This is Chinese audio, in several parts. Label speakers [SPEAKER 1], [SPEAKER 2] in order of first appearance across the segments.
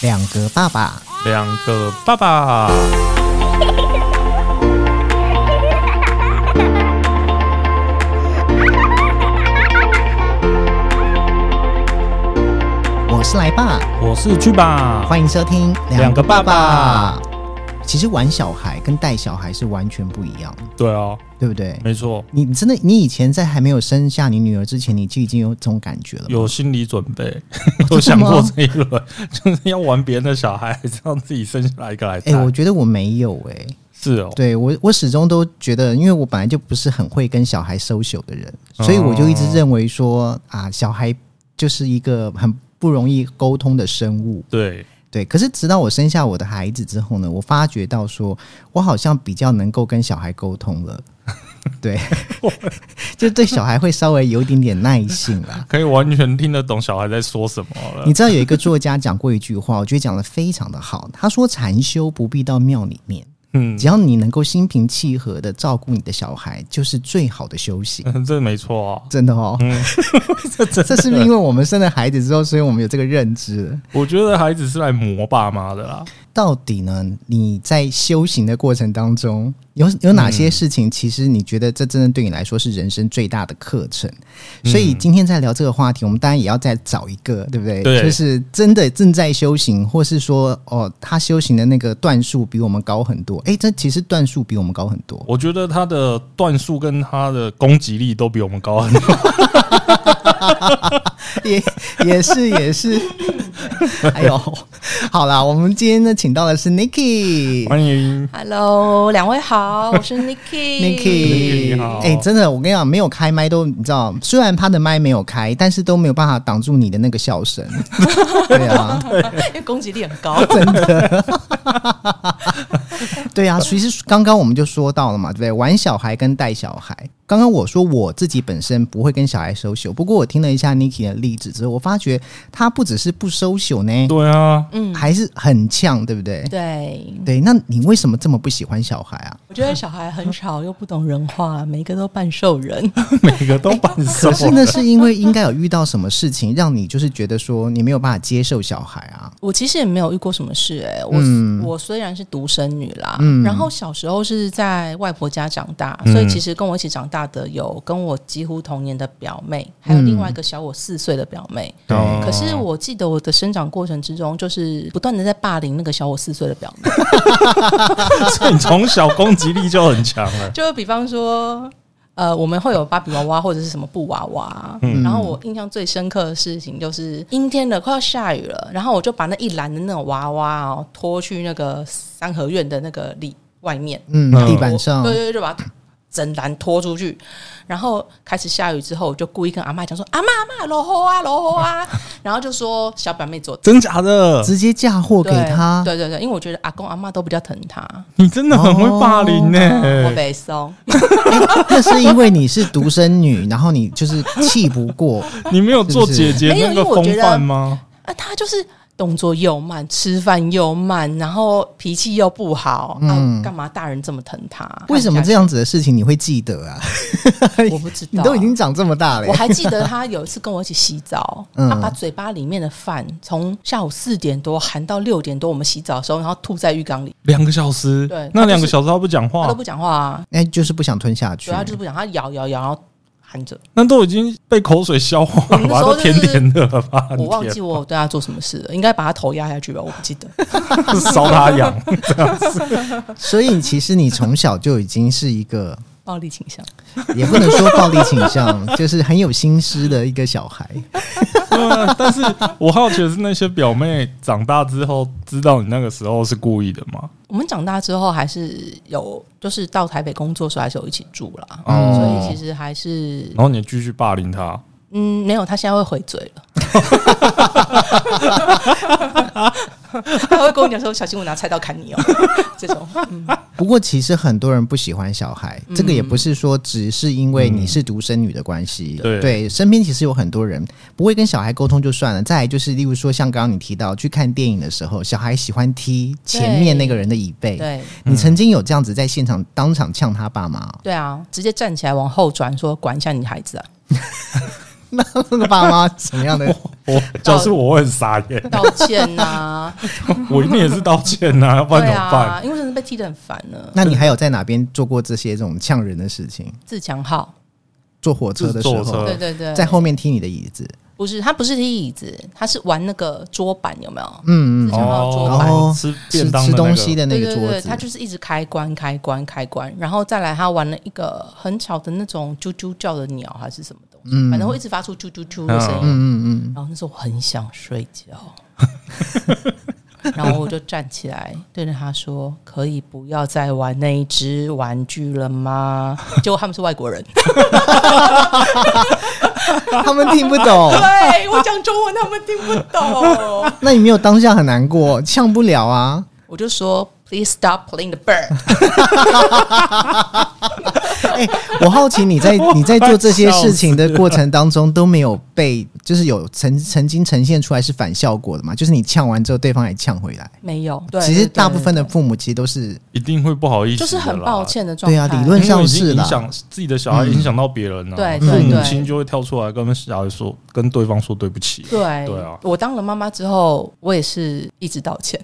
[SPEAKER 1] 两个爸爸，
[SPEAKER 2] 两个爸爸。
[SPEAKER 1] 我是来爸，
[SPEAKER 2] 我是去吧，
[SPEAKER 1] 欢迎收听
[SPEAKER 2] 两个爸爸。
[SPEAKER 1] 其实玩小孩跟带小孩是完全不一样，
[SPEAKER 2] 对啊，
[SPEAKER 1] 对不对？
[SPEAKER 2] 没错，
[SPEAKER 1] 你你真的，你以前在还没有生下你女儿之前，你就已经有这种感觉了吗。
[SPEAKER 2] 有心理准 备，都想过这一轮， 就是要玩别人的小孩，让自己生下来一个来带。
[SPEAKER 1] 哎、我觉得我没有哎、
[SPEAKER 2] 是哦，
[SPEAKER 1] 对我我始终都觉得，因为我本来就不是很会跟小孩 social 的人，所以我就一直认为说啊，小孩就是一个很不容易沟通的生物。
[SPEAKER 2] 对，
[SPEAKER 1] 对，可是直到我生下我的孩子之后呢，我发觉到说，我好像比较能够跟小孩沟通了。对，就对小孩会稍微有一点点耐性啦。
[SPEAKER 2] 可以完全听得懂小孩在说什么了
[SPEAKER 1] 你。知道有一个作家讲过一句话，我觉得讲的非常的好。他说：“禅修不必到庙里面，
[SPEAKER 2] 嗯
[SPEAKER 1] 只，要你能够心平气和的照顾你的小孩，就是最好的修行。
[SPEAKER 2] 这没错啊”。
[SPEAKER 1] 真的哦，
[SPEAKER 2] 这 这，
[SPEAKER 1] 这是不是因为我们生了孩子之后，所以我们有这个认知了？
[SPEAKER 2] 我觉得孩子是来磨爸妈的啦。
[SPEAKER 1] 到底呢？你在修行的过程当中，有有哪些事情，其实你觉得这真的对你来说是人生最大的课程？所以今天在聊这个话题，我们当然也要再找一个，对不对？
[SPEAKER 2] 对
[SPEAKER 1] 就是真的正在修行，或是说哦，他修行的那个段数比我们高很多。诶，这其实段数比我们高很多。
[SPEAKER 2] 我觉得他的段数跟他的攻击力都比我们高很多。
[SPEAKER 1] 也也是也是， 哎呦，好啦，我们今天呢，请到的是 Niki。
[SPEAKER 2] 欢迎，
[SPEAKER 3] Hello，两位好，我是 Niki。
[SPEAKER 1] Niki，
[SPEAKER 2] 你好
[SPEAKER 1] 哎、真的，我跟你讲，没有开麦都你知道，虽然他的麦没有开，但是都没有办法挡住你的那个笑 声。对啊，
[SPEAKER 3] 因为攻击力很高，
[SPEAKER 1] 对啊，其实刚刚我们就说到了嘛，对不对？玩小孩跟带小孩，刚刚我说我自己本身不会跟小孩收手，不过我听了一下 Niki 的例子之后，我发觉他不只是不收手呢，
[SPEAKER 2] 对啊，
[SPEAKER 3] 嗯，
[SPEAKER 1] 还是很呛，对不对？
[SPEAKER 3] 对，
[SPEAKER 1] 对，那你为什么这么不喜欢小孩啊？
[SPEAKER 3] 我觉得小孩很吵又不懂人话，每个都半兽人。
[SPEAKER 2] 每个都啊半兽
[SPEAKER 1] 可。是那是因为应该有遇到什么事情，让你就是觉得说你没有办法接受小孩啊？
[SPEAKER 3] 我其实也没有遇过什么事、哎，我、我虽然是独生女啦，然后小时候是在外婆家长大，所以其实跟我一起长大的有跟我几乎同年的表妹，还有另外一个小我四岁的表妹。
[SPEAKER 2] 哦
[SPEAKER 3] 可是我记得我的生长过程之中，就是不断的在霸凌那个小我四岁的表妹。
[SPEAKER 2] 所以 你从小攻击力就很强了。
[SPEAKER 3] 就比方说，呃，我们会有芭比娃娃或者是什么布娃娃。然后我印象最深刻的事情就是阴天了，快要下雨了，然后我就把那一篮的那种娃娃哦拖去那个三合院的那个里外面，
[SPEAKER 1] 嗯，
[SPEAKER 2] 嗯
[SPEAKER 1] 地板上
[SPEAKER 3] 对对对，就把它整篮拖出去。然后开始下雨之后，我就故意跟阿妈讲说：“阿妈阿妈，落后啊，落后啊！” 然后就说小表妹做。
[SPEAKER 2] 真假的？
[SPEAKER 1] 直接嫁祸给他，
[SPEAKER 3] 对对对，因为我觉得阿公阿妈都比较疼她，
[SPEAKER 2] 你真的很会霸凌呢、
[SPEAKER 3] 哦我北松，
[SPEAKER 1] 那是因为你是独生女，然后你就是气不 过，
[SPEAKER 2] 你没有做姐姐那个风范吗？
[SPEAKER 3] 啊，他就是动作又慢，吃饭又慢，然后脾气又不好，啊，干嘛大人这么疼他？
[SPEAKER 1] 嗯为什么这
[SPEAKER 3] 样？
[SPEAKER 1] 样子的事情你会记得 啊？
[SPEAKER 3] 我不知道，
[SPEAKER 1] 你都已经。长这么大了
[SPEAKER 3] 我
[SPEAKER 1] 耶，
[SPEAKER 3] 还记得他有一次跟我一起洗澡，
[SPEAKER 1] 嗯
[SPEAKER 3] 他把嘴巴里面的饭从下午四点多含到六点多，我们洗澡的时候，然后吐在浴缸里，
[SPEAKER 2] 两个小时，
[SPEAKER 3] 对
[SPEAKER 2] 那两个小时他不讲
[SPEAKER 3] 他
[SPEAKER 2] 话
[SPEAKER 3] 都，不讲话、啊，
[SPEAKER 1] 那、哎就是不想吞下去
[SPEAKER 3] 主。要就是不讲，他咬咬咬，然后含着。
[SPEAKER 2] 那都已经被口水消化了吧？
[SPEAKER 3] 我
[SPEAKER 2] 都
[SPEAKER 3] 们
[SPEAKER 2] 甜
[SPEAKER 3] 那时候就是
[SPEAKER 2] 甜的了啊吧？
[SPEAKER 3] 我忘记我对他做什么事了，应该把他头压下去吧，我不记得。
[SPEAKER 2] 我啊烧他痒，
[SPEAKER 3] 啊
[SPEAKER 1] 所以其实你从小就已经是一个，
[SPEAKER 3] 暴力倾向，
[SPEAKER 1] 也不能说暴力倾向， 就是很有心思的一个小孩。
[SPEAKER 2] 对啊但是我好奇的是，那些表妹长大之后知道你那个时候是故意的吗？
[SPEAKER 3] 我们长大之后还是有，就是到台北工作的时候还是有一起住啦，
[SPEAKER 2] 哦
[SPEAKER 3] 所以其实还是
[SPEAKER 2] 然后你继续霸凌她，哦
[SPEAKER 3] 嗯，没有，他现在会回嘴了。他会跟我讲说：“小心我拿菜刀砍你哦。” 这种，
[SPEAKER 1] 不过其实很多人不喜欢小孩，
[SPEAKER 3] 嗯
[SPEAKER 1] 这个也不是说只是因为你是独生女的关
[SPEAKER 3] 嗯
[SPEAKER 1] 系。
[SPEAKER 2] 对
[SPEAKER 1] 身边其实有很多人不会跟小孩沟通就算了，再来就是例如说像刚刚你提到去看电影的时候，小孩喜欢踢前面那个人的椅背。
[SPEAKER 3] 对
[SPEAKER 1] 你曾经有这样子在现场当场呛他爸妈、哦，
[SPEAKER 3] 对啊，直接 站起来往后转说：“管一下你孩子啊
[SPEAKER 1] 那个爸妈什么样的
[SPEAKER 3] 哦
[SPEAKER 2] 我就是我会很傻眼，
[SPEAKER 3] 道歉呐、
[SPEAKER 2] 我一定也是道歉 呐、要不然
[SPEAKER 3] 对
[SPEAKER 2] 怎么办？
[SPEAKER 3] 啊，因为真的被踢得很烦了。
[SPEAKER 1] 那你还有在哪边做过这些这种呛人的事情？
[SPEAKER 3] 自强号，
[SPEAKER 1] 坐火车的时
[SPEAKER 2] 坐火
[SPEAKER 1] 候
[SPEAKER 2] 车，
[SPEAKER 3] 对对对，
[SPEAKER 1] 在后面踢你的椅子，
[SPEAKER 3] 不是他不是踢椅子，他是玩那个桌板，有没有？
[SPEAKER 1] 嗯
[SPEAKER 3] 自强
[SPEAKER 2] 哦
[SPEAKER 3] 号桌
[SPEAKER 1] 然
[SPEAKER 3] 板。
[SPEAKER 1] 后
[SPEAKER 2] 吃
[SPEAKER 1] 吃
[SPEAKER 2] 便当
[SPEAKER 1] 吃
[SPEAKER 2] 的那
[SPEAKER 1] 东
[SPEAKER 2] 个嗯
[SPEAKER 1] 西的那
[SPEAKER 3] 对
[SPEAKER 1] 个
[SPEAKER 3] 对
[SPEAKER 1] 桌
[SPEAKER 3] 对，
[SPEAKER 1] 子
[SPEAKER 3] 他，就是一直开关开关开关，然后再来他玩了一个很吵的那种啾啾叫的鸟还是什么东西，
[SPEAKER 1] 嗯
[SPEAKER 3] 反正会一直发出啾啾啾的声音。
[SPEAKER 1] 嗯嗯
[SPEAKER 3] 然后那时候我很想睡 觉，然后我就站起来对着他说：“可以不要再玩那一只玩具了吗？” 结果他们是外国人，
[SPEAKER 1] 嗯， 他们听不懂。
[SPEAKER 3] 对我讲中文他们听不 懂，
[SPEAKER 1] 那你没有当下很难过，呛不了啊。
[SPEAKER 3] 我就说。Please stop playing the bird。
[SPEAKER 1] 哎、我好奇 你在你在做这些事情的过程当中都没有被，就是有曾曾经呈现出来是反效果的嘛？就是你呛完之后，对方也呛回来。
[SPEAKER 3] 没有，对，
[SPEAKER 1] 其实大部分
[SPEAKER 3] 的
[SPEAKER 1] 的父母其实都是
[SPEAKER 2] 一定会不好意思，
[SPEAKER 3] 就是很抱，歉的状
[SPEAKER 1] 对
[SPEAKER 3] 态。
[SPEAKER 1] 啊，理论
[SPEAKER 2] 因为
[SPEAKER 1] 上
[SPEAKER 2] 已经
[SPEAKER 1] 是嗯
[SPEAKER 2] 影
[SPEAKER 1] 啦。
[SPEAKER 2] 响自己的小孩，影响到别人了、
[SPEAKER 3] 对
[SPEAKER 2] 父
[SPEAKER 3] 对
[SPEAKER 2] 母
[SPEAKER 3] 对
[SPEAKER 2] 亲就会跳出来跟小孩说，跟对方说对不起。
[SPEAKER 3] 对，
[SPEAKER 2] 对啊
[SPEAKER 3] 我当了妈妈之后，我也是一直道 歉。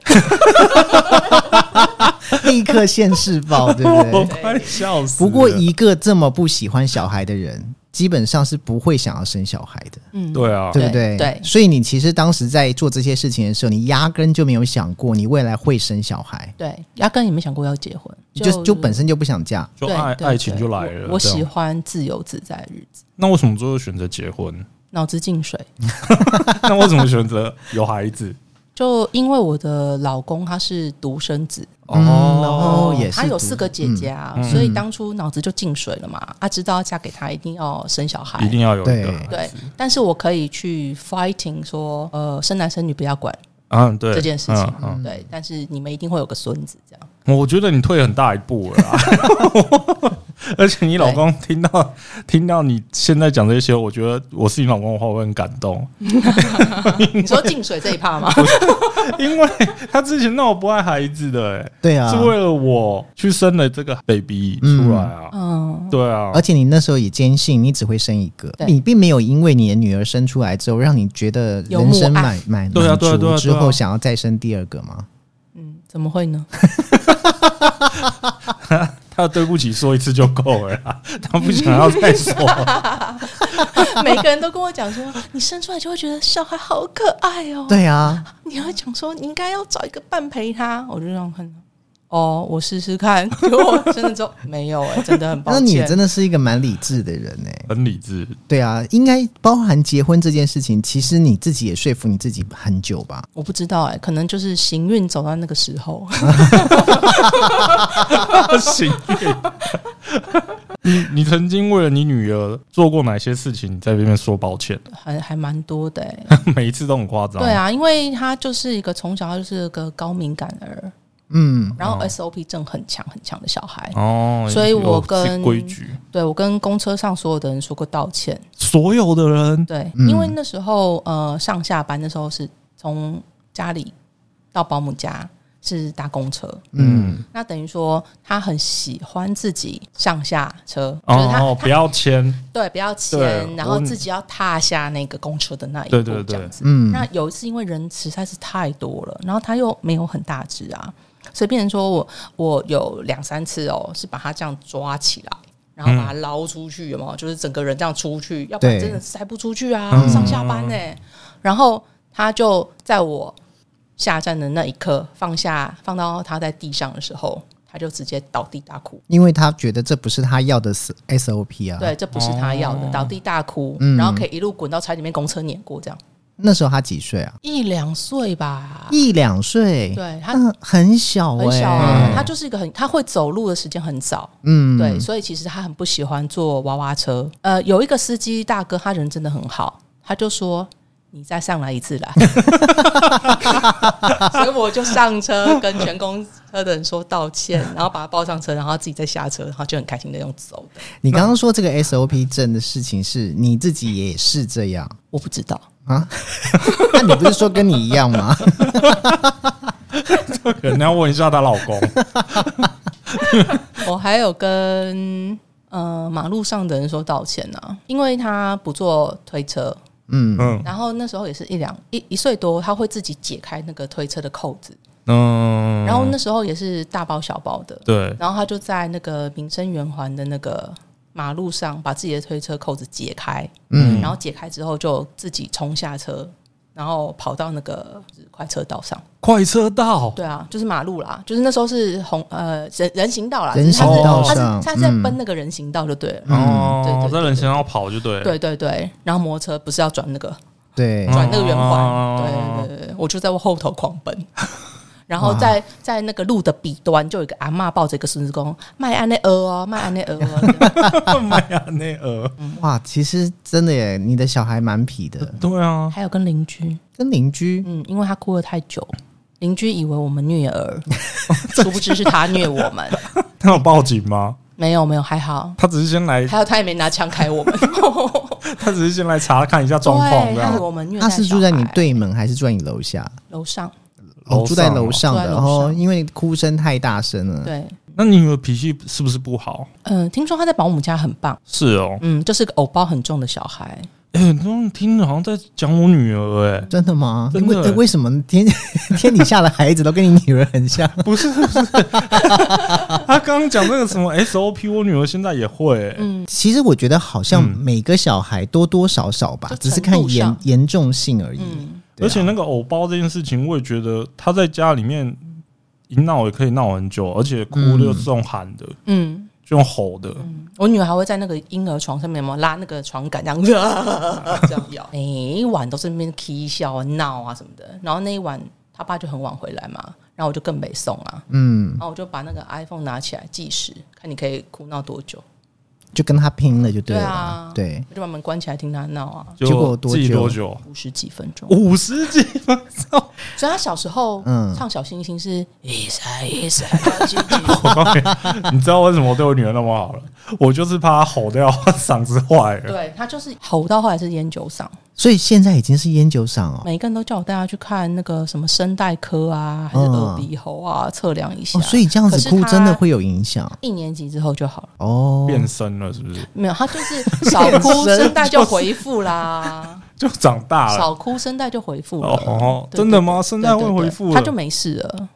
[SPEAKER 1] 立刻现世 报，对不
[SPEAKER 2] 我
[SPEAKER 1] 对？
[SPEAKER 2] 快 笑死了。
[SPEAKER 1] 不过一个这么不喜欢小孩的人，基本上是不会想要生小孩的，
[SPEAKER 3] 嗯，
[SPEAKER 2] 对啊，
[SPEAKER 1] 对不对？
[SPEAKER 3] 对
[SPEAKER 1] 所以你其实当时在做这些事情的时候，你压根就没有想过你未来会生小孩，
[SPEAKER 3] 对，压根也没想过要结婚，
[SPEAKER 1] 你就就本身就不想嫁。
[SPEAKER 2] 就
[SPEAKER 3] 对
[SPEAKER 2] 爱
[SPEAKER 3] 对
[SPEAKER 2] 爱情
[SPEAKER 3] 对
[SPEAKER 2] 就来
[SPEAKER 3] 我
[SPEAKER 2] 了。啊
[SPEAKER 3] 我
[SPEAKER 2] 这样
[SPEAKER 3] 喜欢自由自在的日子，
[SPEAKER 2] 那为什么最后选择结婚？
[SPEAKER 3] 脑子进水。
[SPEAKER 2] 那为什么选择有孩子？
[SPEAKER 3] 就因为我的老公他是独生子，哦
[SPEAKER 1] 嗯
[SPEAKER 2] 哦
[SPEAKER 1] 然后也是
[SPEAKER 3] 他有
[SPEAKER 1] 独
[SPEAKER 3] 四个姐姐啊，
[SPEAKER 2] 嗯
[SPEAKER 3] 所以当初脑子就进水了嘛。啊，知道要嫁给他一定要生小孩
[SPEAKER 2] 一，定要有一个
[SPEAKER 1] 对
[SPEAKER 3] 对。但是我可以去 fighting 说，呃，生男生女不要管
[SPEAKER 2] 嗯，对
[SPEAKER 3] 这件事情，
[SPEAKER 2] 嗯
[SPEAKER 3] 对。但是你们一定会有个孙子这样。
[SPEAKER 2] 嗯，我觉得你退很大一步了啦。 而且你老公听到听到你现在讲这些，我觉得我是你老公的话，我会很感动，
[SPEAKER 3] 你说进水这一趴吗？
[SPEAKER 2] 因为他之前那我不爱孩子的、欸，
[SPEAKER 1] 对啊
[SPEAKER 2] 是，为了我去生了这个 baby 出来啊，
[SPEAKER 3] 嗯，
[SPEAKER 2] 对啊
[SPEAKER 1] 而，且你那时候也坚信你只会生一个，
[SPEAKER 3] 对
[SPEAKER 1] 你并没有因为你的女儿生出来之后，让你觉得
[SPEAKER 3] 有
[SPEAKER 1] 人生
[SPEAKER 3] 母爱
[SPEAKER 1] 满满
[SPEAKER 2] 对
[SPEAKER 1] 满
[SPEAKER 2] 啊对啊对啊对
[SPEAKER 1] 足
[SPEAKER 2] 啊
[SPEAKER 1] 之后想要再生第二个吗？
[SPEAKER 3] 嗯，怎么会呢？
[SPEAKER 2] 他对不起说一次就够了啦， 他不想要再说，
[SPEAKER 3] 每个人都跟我讲说，你生出来就会觉得小孩好可爱哦。，
[SPEAKER 1] 对啊，
[SPEAKER 3] 你会讲说你应该要找一个伴陪他。我就这样看，哦，我试试 看。结果真的就没有哎、真的很抱
[SPEAKER 1] 那
[SPEAKER 3] 歉。
[SPEAKER 1] 你真的是一个蛮理智的人哎、
[SPEAKER 2] 很理智，
[SPEAKER 1] 对啊，应该包含结婚这件事情，其实你自己也说服你自己很久吧？
[SPEAKER 3] 我不知道哎、可能就是行运走到那个时候。
[SPEAKER 2] 行运。你你曾经为了你女儿做过哪些事情？你在这边说抱歉，
[SPEAKER 3] 还还蛮多的、 欸，
[SPEAKER 2] 每一次都很夸张。
[SPEAKER 3] 对，啊，因为他就是一个从小他就是个高敏感儿，
[SPEAKER 1] 嗯，
[SPEAKER 3] 然后 SOP 症很强很强的小孩，
[SPEAKER 2] 哦，
[SPEAKER 3] 所以我
[SPEAKER 2] 有自己
[SPEAKER 3] 跟
[SPEAKER 2] 规矩，
[SPEAKER 3] 对我跟公车上所有的人说过道歉，
[SPEAKER 2] 所有的人
[SPEAKER 3] 对，
[SPEAKER 1] 嗯
[SPEAKER 3] 因为那时候呃上下班的时候是从家里到保姆家是搭公车，
[SPEAKER 1] 嗯
[SPEAKER 3] 那等于说他很喜欢自己上下车，就是他、
[SPEAKER 2] 哦，
[SPEAKER 3] 他
[SPEAKER 2] 不要签，
[SPEAKER 3] 对不要
[SPEAKER 2] 对
[SPEAKER 3] 钱，然后
[SPEAKER 2] 我
[SPEAKER 3] 自己要踏下那个公车的那一
[SPEAKER 2] 对
[SPEAKER 3] 步，
[SPEAKER 2] 对对
[SPEAKER 3] 这样子。
[SPEAKER 1] 嗯
[SPEAKER 3] 那有一次因为人实在是太多了，然后他又没有很大只啊，所以变成说我我有两三次哦，是把他这样抓起来。然后
[SPEAKER 2] 嗯
[SPEAKER 3] 把他捞出去，有没有？就是整个人这样出去，要不然
[SPEAKER 1] 对
[SPEAKER 3] 真的塞不出去啊！
[SPEAKER 2] 嗯
[SPEAKER 3] 上下班呢、然后他就在我下站的那一刻放下，放到他在地上的时候，他就直接倒地大哭。
[SPEAKER 1] 因为他觉得这不是他要的 S S O P 啊。，
[SPEAKER 3] 对，这不是他要的，
[SPEAKER 2] 哦
[SPEAKER 3] 倒地大哭，
[SPEAKER 1] 嗯
[SPEAKER 3] 然后可以一路滚到柴里面公车碾过，这样
[SPEAKER 1] 那时候他几岁啊？
[SPEAKER 3] 一两岁吧。
[SPEAKER 1] 一两岁，
[SPEAKER 3] 对他
[SPEAKER 1] 嗯，很小
[SPEAKER 3] 很
[SPEAKER 1] 哎、
[SPEAKER 3] 小啊，
[SPEAKER 2] 嗯
[SPEAKER 3] 他就是一个很他会走路的时间很早，
[SPEAKER 1] 嗯，
[SPEAKER 3] 对，所以其实他很不喜欢坐娃娃车。呃，有一个司机大哥，他人真的很好，他就说。你再上来一次啦， 所以我就上车跟全公车的人说道歉，然后把他抱上车，然后自己再下车，然后就很开心的用走的。
[SPEAKER 1] 你刚刚说这个 S O P 症的事情，是你自己也是这样
[SPEAKER 3] 我不知道，
[SPEAKER 1] 啊？那你不是说跟你一样 吗？
[SPEAKER 2] 可能要问一下她老公。
[SPEAKER 3] 我还有跟呃马路上的人说道歉呢、啊，因为他不坐推车，
[SPEAKER 1] 嗯
[SPEAKER 2] 嗯
[SPEAKER 3] 然后那时候也是一两一一岁多，他会自己解开那个推车的扣子，
[SPEAKER 2] 嗯，
[SPEAKER 3] 然后那时候也是大包小包的，
[SPEAKER 2] 对，
[SPEAKER 3] 然后他就在那个民生圆环的那个马路上把自己的推车扣子解开，
[SPEAKER 1] 嗯
[SPEAKER 3] 然后解开之后就自己冲下车，然后跑到那个快车道上。
[SPEAKER 2] 快车道，
[SPEAKER 3] 对啊，就是马路啦，就是那时候是红呃人人行道啦，
[SPEAKER 1] 人行
[SPEAKER 2] 道
[SPEAKER 3] 他是
[SPEAKER 1] 上
[SPEAKER 3] 他是他是在
[SPEAKER 1] 嗯
[SPEAKER 3] 奔那个人行道就对了。嗯对
[SPEAKER 2] 哦，
[SPEAKER 3] 对对
[SPEAKER 2] 在人行道跑就对了，嗯
[SPEAKER 3] 对对对，然后摩托车不是要转那个
[SPEAKER 1] 对，
[SPEAKER 3] 转那个圆环，
[SPEAKER 2] 哦哦
[SPEAKER 3] 对对对对，我就在我后头狂奔，然后在在那个路的彼端就有一个阿嬷抱着一个孙子公，卖安内鹅哦，卖安内鹅哦，这样
[SPEAKER 2] 妈呀，那鹅，
[SPEAKER 1] 哇，其实真的耶，你的小孩蛮皮的，
[SPEAKER 2] 对啊，
[SPEAKER 3] 还有跟邻居，
[SPEAKER 1] 跟邻居
[SPEAKER 3] 嗯，因为他哭了太久，邻居以为我们 虐儿，殊不知是他虐我们，
[SPEAKER 2] 他有报警吗？
[SPEAKER 3] 没有没有，还好。
[SPEAKER 2] 他只是先来，
[SPEAKER 3] 还有，他也没拿枪开我们。
[SPEAKER 2] 他只是先来查看一下 状况，
[SPEAKER 3] 对
[SPEAKER 2] 这
[SPEAKER 3] 他以为
[SPEAKER 2] 样
[SPEAKER 3] 我们虐待
[SPEAKER 1] 他是住在你
[SPEAKER 3] 小孩
[SPEAKER 1] 对门还是住在你楼下？
[SPEAKER 3] 楼上，
[SPEAKER 1] 哦，住在楼
[SPEAKER 2] 上。
[SPEAKER 1] 上
[SPEAKER 3] 住在
[SPEAKER 1] 的，
[SPEAKER 3] 楼
[SPEAKER 1] 然后
[SPEAKER 3] 上
[SPEAKER 1] 因为哭声太大声
[SPEAKER 2] 嗯
[SPEAKER 1] 了，
[SPEAKER 3] 对，
[SPEAKER 2] 那你女儿脾气是不是不好？
[SPEAKER 3] 嗯、听说他在保姆家很棒，
[SPEAKER 2] 是哦，
[SPEAKER 3] 嗯，就是个偶包很重的小孩，
[SPEAKER 2] 哎、你这样听着好像在讲我女儿哎、
[SPEAKER 1] 真的吗？
[SPEAKER 2] 真的
[SPEAKER 1] 为为什么天 天底下的孩子都跟你女儿很像？
[SPEAKER 2] 不是不是，她刚刚讲那个什么 SOP，我女儿现在也会、欸，
[SPEAKER 3] 嗯
[SPEAKER 1] 其实我觉得好像
[SPEAKER 2] 嗯
[SPEAKER 1] 每个小孩多多少少吧，
[SPEAKER 3] 就
[SPEAKER 1] 只是
[SPEAKER 3] 程
[SPEAKER 1] 看
[SPEAKER 3] 度
[SPEAKER 1] 严
[SPEAKER 3] 上
[SPEAKER 1] 严重性而已。
[SPEAKER 3] 嗯，
[SPEAKER 1] 对啊
[SPEAKER 2] 而且那个偶包这件事情，我也觉得她在家里面一闹也可以闹很久，而且哭
[SPEAKER 1] 嗯
[SPEAKER 2] 就是用喊的，
[SPEAKER 3] 嗯，
[SPEAKER 2] 就用吼的，
[SPEAKER 3] 我女儿还会在那个婴儿床上面嘛拉那个床杆这样，啊 这样摇，每一晚都是那边 k 笑啊、闹啊什么的。然后那一晚他爸就很晚回来嘛，然后我就更没送啊，
[SPEAKER 1] 嗯，
[SPEAKER 3] 然后我就把那个 iPhone 拿起来计时，看你可以哭闹多久，
[SPEAKER 1] 就跟他拼了就对
[SPEAKER 3] 对
[SPEAKER 1] 了
[SPEAKER 3] 啊。
[SPEAKER 1] 对，
[SPEAKER 3] 我就把门关起来听他闹啊，
[SPEAKER 1] 结果多
[SPEAKER 2] 自己
[SPEAKER 1] 久
[SPEAKER 2] 多久？
[SPEAKER 3] 五十几分钟。
[SPEAKER 2] 五十几分钟，
[SPEAKER 3] 所以他小时候
[SPEAKER 1] 嗯
[SPEAKER 3] 唱小星星是一闪一闪，
[SPEAKER 2] 我告诉 你，你知道为什么我对我女儿那么好了？我就是怕她吼掉， 她嗓子坏了。
[SPEAKER 3] 对他就是吼到后来是烟酒嗓，
[SPEAKER 1] 所以现在已经是烟酒嗓哦。
[SPEAKER 3] 每个人都叫我带他去看那个什么声带科啊，还是耳鼻喉啊，测量一下。
[SPEAKER 1] 哦，所以这样子哭真的会有影响
[SPEAKER 3] 一年级之后就好了，
[SPEAKER 1] 哦。
[SPEAKER 2] 变身了是不是？
[SPEAKER 3] 没有他就是少哭声带就恢复啦，
[SPEAKER 2] 就长大了。
[SPEAKER 3] 少哭声带就恢复了。
[SPEAKER 2] 哦，
[SPEAKER 3] 对
[SPEAKER 2] 真的吗？
[SPEAKER 3] 对
[SPEAKER 2] 声
[SPEAKER 3] 对
[SPEAKER 2] 带会
[SPEAKER 3] 对对
[SPEAKER 2] 恢复了？
[SPEAKER 3] 他就没事了。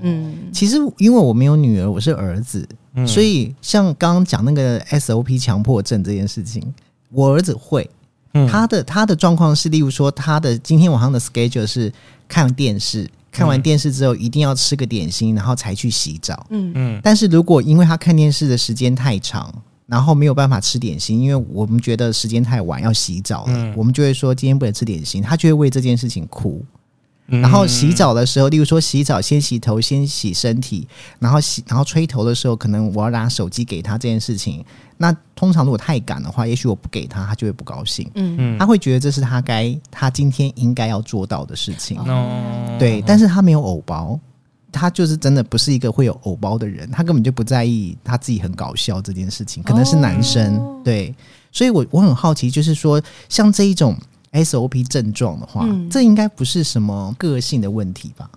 [SPEAKER 3] 嗯，
[SPEAKER 1] 其实因为我没有女儿，我是儿子，
[SPEAKER 2] 嗯
[SPEAKER 1] 所以像刚刚讲那个 SOP 强迫症这件事情，我儿子会。
[SPEAKER 2] 嗯
[SPEAKER 1] 他的他的状况是，例如说，他的今天晚上的 schedule 是看电视，看完电视之后一定要吃个点心，然后才去洗澡。
[SPEAKER 2] 嗯
[SPEAKER 1] 但是如果因为他看电视的时间太长，然后没有办法吃点心，因为我们觉得时间太晚要洗澡了，
[SPEAKER 2] 嗯
[SPEAKER 1] 我们就会说今天不能吃点心，他就会为这件事情哭。
[SPEAKER 2] 嗯
[SPEAKER 1] 然后洗澡的时候，例如说洗澡先洗头，先洗身体，然后洗，然后吹头的时候，可能我要拿手机给他这件事情。那通常如果太赶的话，也许我不给他，他就会不高兴，
[SPEAKER 3] 嗯
[SPEAKER 1] 他会觉得这是他该他今天应该要做到的事情。
[SPEAKER 2] 哦
[SPEAKER 1] 对，但是他没有偶包，他就是真的不是一个会有偶包的人，他根本就不在意他自己很搞笑这件事情，可能是男生，
[SPEAKER 3] 哦
[SPEAKER 1] 对，所以我我很好奇，就是说像这一种 SOP 症状的话，
[SPEAKER 3] 嗯
[SPEAKER 1] 这应该不是什么个性的问题吧？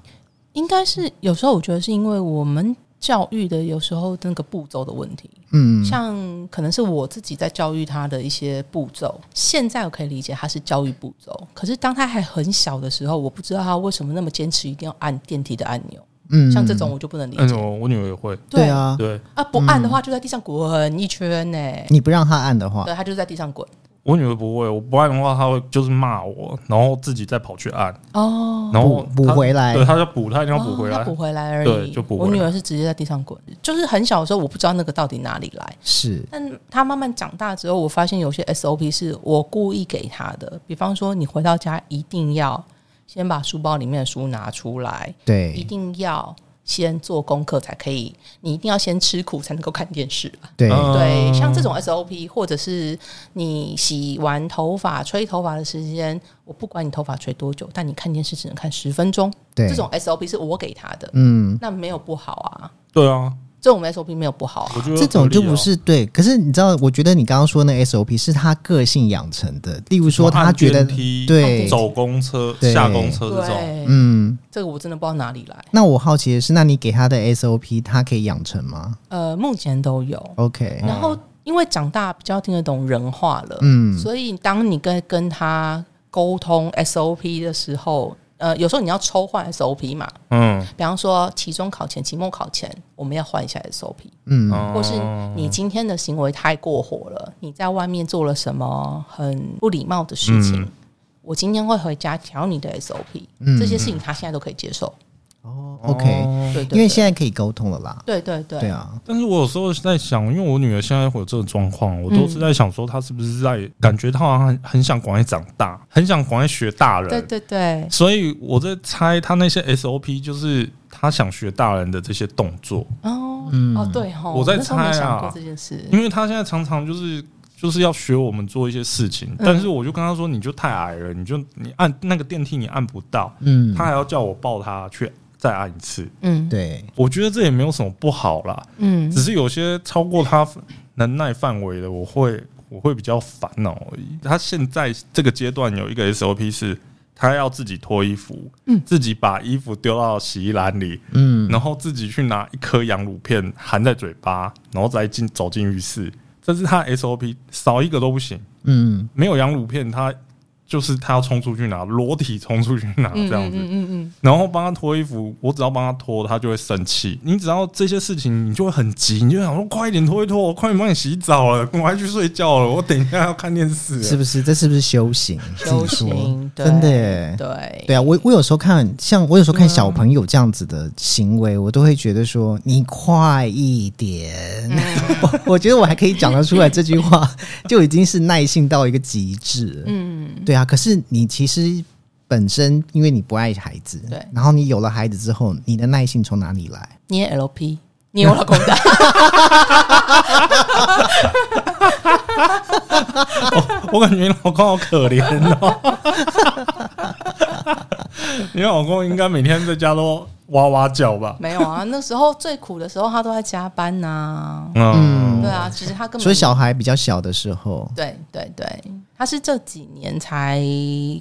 [SPEAKER 3] 应该是有时候我觉得是因为我们教育的有时候那个步骤的问题，
[SPEAKER 1] 嗯，
[SPEAKER 3] 像可能是我自己在教育他的一些步骤，现在我可以理解他是教育步骤，可是当他还很小的时候，我不知道他为什么那么坚持一定要按电梯的按钮，
[SPEAKER 1] 嗯
[SPEAKER 3] 像这种我就不能理
[SPEAKER 2] 嗯，
[SPEAKER 3] 解。
[SPEAKER 2] 我我女儿也会，
[SPEAKER 1] 对啊，
[SPEAKER 2] 对
[SPEAKER 3] 啊，不按
[SPEAKER 2] 嗯
[SPEAKER 3] 的话就在地上滚一圈呢、
[SPEAKER 1] 你不让他按的话，
[SPEAKER 3] 对，他就在地上滚。
[SPEAKER 2] 我女儿不会，我不按的话，她会就是骂我，然后自己再跑去按，
[SPEAKER 3] 哦，
[SPEAKER 2] 然后
[SPEAKER 1] 补补
[SPEAKER 2] 她
[SPEAKER 1] 回来
[SPEAKER 2] 对，她就补，她一定要补回
[SPEAKER 3] 哦
[SPEAKER 2] 来
[SPEAKER 3] 他。补回来而已。
[SPEAKER 2] 对就补回
[SPEAKER 3] 我
[SPEAKER 2] 来
[SPEAKER 3] 女儿是直接在地上滚，就是很小的时候我不知道那个到底哪里来，
[SPEAKER 1] 是
[SPEAKER 3] 但他慢慢长大之后，我发现有些 SOP 是我故意给他的，比方说你回到家一定要先把书包里面的书拿出来，一
[SPEAKER 1] 对
[SPEAKER 3] 定要先做功课才可以，你一定要先吃苦才能够看电视啊。
[SPEAKER 1] 对，
[SPEAKER 2] 嗯
[SPEAKER 3] 对，像这种 SOP，或者是你洗完头发、吹头发的时间，我不管你头发吹多久，但你看电视只能看十分钟，
[SPEAKER 1] 对
[SPEAKER 3] 这种 SOP 是我给他的，
[SPEAKER 1] 嗯。
[SPEAKER 3] 那没有不好啊，
[SPEAKER 2] 对啊，
[SPEAKER 3] 这种 SOP 没有不好啊。
[SPEAKER 2] 我觉得
[SPEAKER 1] 这种就
[SPEAKER 2] 合理啊
[SPEAKER 1] 不是对，可是你知道，我觉得你刚刚说那 SOP 是他个性养成的，例如说
[SPEAKER 2] 什么
[SPEAKER 1] 他
[SPEAKER 2] 按
[SPEAKER 1] 觉得
[SPEAKER 2] 电梯
[SPEAKER 1] 对，
[SPEAKER 2] 走公车、
[SPEAKER 1] 对
[SPEAKER 2] 下公车这种，
[SPEAKER 3] 对，
[SPEAKER 1] 嗯，
[SPEAKER 3] 这个我真的不知道哪里来。
[SPEAKER 1] 那我好奇的是，那你给他的 SOP，他可以养成吗
[SPEAKER 3] 呃，目前都有。
[SPEAKER 1] ？OK，
[SPEAKER 3] 然后因为长大比较听得懂人话了，
[SPEAKER 1] 嗯嗯
[SPEAKER 3] 所以当你跟跟他沟通 SOP 的时候，呃，有时候你要抽换 SOP 嘛，
[SPEAKER 2] 嗯，
[SPEAKER 3] 比方说期中考前、期末考前，我们要换一下 SOP，
[SPEAKER 1] 嗯，
[SPEAKER 3] 或是你今天的行为太过火了，你在外面做了什么很不礼貌的事情，
[SPEAKER 2] 嗯
[SPEAKER 3] 我今天会回家调你的 SOP，、
[SPEAKER 1] 嗯
[SPEAKER 3] 这些事情他现在都可以接受，
[SPEAKER 1] 哦，OK，
[SPEAKER 2] 哦
[SPEAKER 3] 对对对，
[SPEAKER 1] 因为现在可以沟通了啦。
[SPEAKER 3] 对对对
[SPEAKER 1] 对啊，
[SPEAKER 2] 但是我有时候在想，因为我女儿现在会有这个状况，我
[SPEAKER 3] 嗯
[SPEAKER 2] 都是在想说，她是不是在感觉她好像很很想赶快长大，很想赶快学大人，
[SPEAKER 3] 对对对，
[SPEAKER 2] 所以我在猜她那些 SOP 就是她想学大人的这些动作，
[SPEAKER 3] 哦、
[SPEAKER 1] 嗯
[SPEAKER 3] 哦对哦，
[SPEAKER 2] 我在
[SPEAKER 3] 那时候没
[SPEAKER 2] 猜啊
[SPEAKER 3] 想过这件事，
[SPEAKER 2] 因为她现在常常就是。就是要学我们做一些事情，
[SPEAKER 3] 嗯
[SPEAKER 2] 但是我就跟她说，你就太矮了，你就你按那个电梯你按不到，
[SPEAKER 1] 嗯，
[SPEAKER 2] 她还要叫我抱她去再按一次。
[SPEAKER 3] 嗯
[SPEAKER 1] 对，
[SPEAKER 2] 我觉得这也没有什么不好啦，
[SPEAKER 3] 嗯
[SPEAKER 2] 只是有些超过他能耐范围的，我会我会比较烦恼而已。他现在这个阶段有一个 SOP 是，他要自己脱衣服，自己把衣服丢到洗衣篮里，
[SPEAKER 1] 嗯，
[SPEAKER 2] 然后自己去拿一颗羊乳片含在嘴巴，然后再进走进浴室。这是他的 SOP，少一个都不行。
[SPEAKER 1] 嗯，
[SPEAKER 2] 没有羊乳片，他就是他要冲出去拿，裸体冲出去拿这样子。
[SPEAKER 3] 嗯嗯嗯
[SPEAKER 2] 然后帮他脱衣服，我只要帮他脱，他就会生气。你只要这些事情，你就会很急，你就想说快一点脱一脱，我快点帮你洗澡了，赶快去睡觉了，我等一下要看电视了。
[SPEAKER 1] 是不是？这是不是修行？
[SPEAKER 3] 嗯，修
[SPEAKER 1] 自己说
[SPEAKER 3] 行，对
[SPEAKER 1] 真的耶
[SPEAKER 3] 对
[SPEAKER 1] 对啊，我我有时候看，像我有
[SPEAKER 3] 嗯
[SPEAKER 1] 时候看小朋友这样子的行为，我都会觉得说你快一点。
[SPEAKER 3] 嗯
[SPEAKER 1] 我我觉得我还可以讲得出来这句话，就已经是耐性到一个极致。
[SPEAKER 3] 嗯，
[SPEAKER 1] 对啊，可是你其实本身因为你不爱孩子，
[SPEAKER 3] 对
[SPEAKER 1] 然后你有了孩子之后，你的耐性从哪里来？
[SPEAKER 3] 你也 LP，你也有老公的，
[SPEAKER 2] 哦我感觉你老公好可怜哦。你老公应该每天在家都哇哇叫吧？
[SPEAKER 3] 没有啊？那时候最苦的时候，他都在加班呐、
[SPEAKER 2] 嗯，
[SPEAKER 3] 对啊，其实他根本
[SPEAKER 1] 所以小孩比较小的时候，
[SPEAKER 3] 对对对，他是这几年才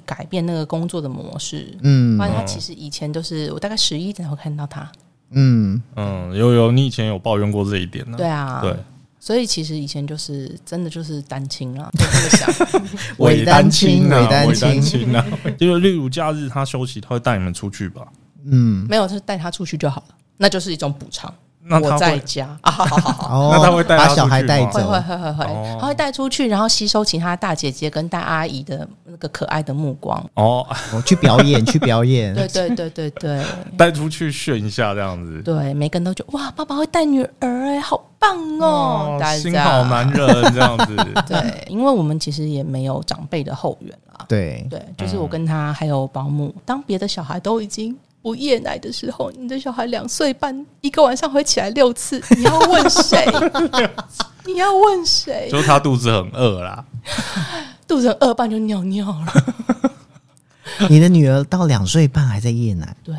[SPEAKER 3] 改变那个工作的模式。
[SPEAKER 1] 嗯
[SPEAKER 3] 不然他其实以前就是我大概十一点会看到他，
[SPEAKER 1] 嗯，
[SPEAKER 2] 嗯，有有，你以前有抱怨过这一点呢、
[SPEAKER 3] 对啊，
[SPEAKER 2] 对，
[SPEAKER 3] 所以其实以前就是真的就是单亲了，就这么想，
[SPEAKER 1] 伪单亲
[SPEAKER 2] 伪
[SPEAKER 1] 伪单
[SPEAKER 2] 单
[SPEAKER 1] 亲
[SPEAKER 2] 亲啊， 就是例如假日他休息，他会带你们出去吧？
[SPEAKER 1] 嗯，
[SPEAKER 3] 没有，就是带他出去就好了，那就是一种补偿。
[SPEAKER 2] 那他
[SPEAKER 3] 我在
[SPEAKER 2] 会
[SPEAKER 3] 家啊，好好好好，
[SPEAKER 1] 哦，
[SPEAKER 2] 那他会带他
[SPEAKER 1] 把小孩
[SPEAKER 2] 出去吗
[SPEAKER 1] 带
[SPEAKER 3] 会
[SPEAKER 1] 走
[SPEAKER 3] 会，会会会，他会带出去，然后吸收其他大姐姐跟大阿姨的那个可爱的目光。
[SPEAKER 2] 哦，
[SPEAKER 1] 哦去表演，去表演，
[SPEAKER 3] 对对对对对
[SPEAKER 2] 带出去炫一下这样子。
[SPEAKER 3] 对，每个人都觉得哇，爸爸会带女儿哎、好棒哦，大家
[SPEAKER 2] 心好男人这样 子。
[SPEAKER 3] 对，因为我们其实也没有长辈的后援啦。
[SPEAKER 1] 对，
[SPEAKER 3] 对，就是我跟他还有保姆，当别的小孩都已经不夜奶的时候，你的小孩两岁半，一个晚上会起来六次，你要 问谁？你要问谁？
[SPEAKER 2] 就是他肚子很饿啦，
[SPEAKER 3] 肚子很饿，半就尿尿了。
[SPEAKER 1] 你的女儿到两岁半还在夜奶，
[SPEAKER 3] 对，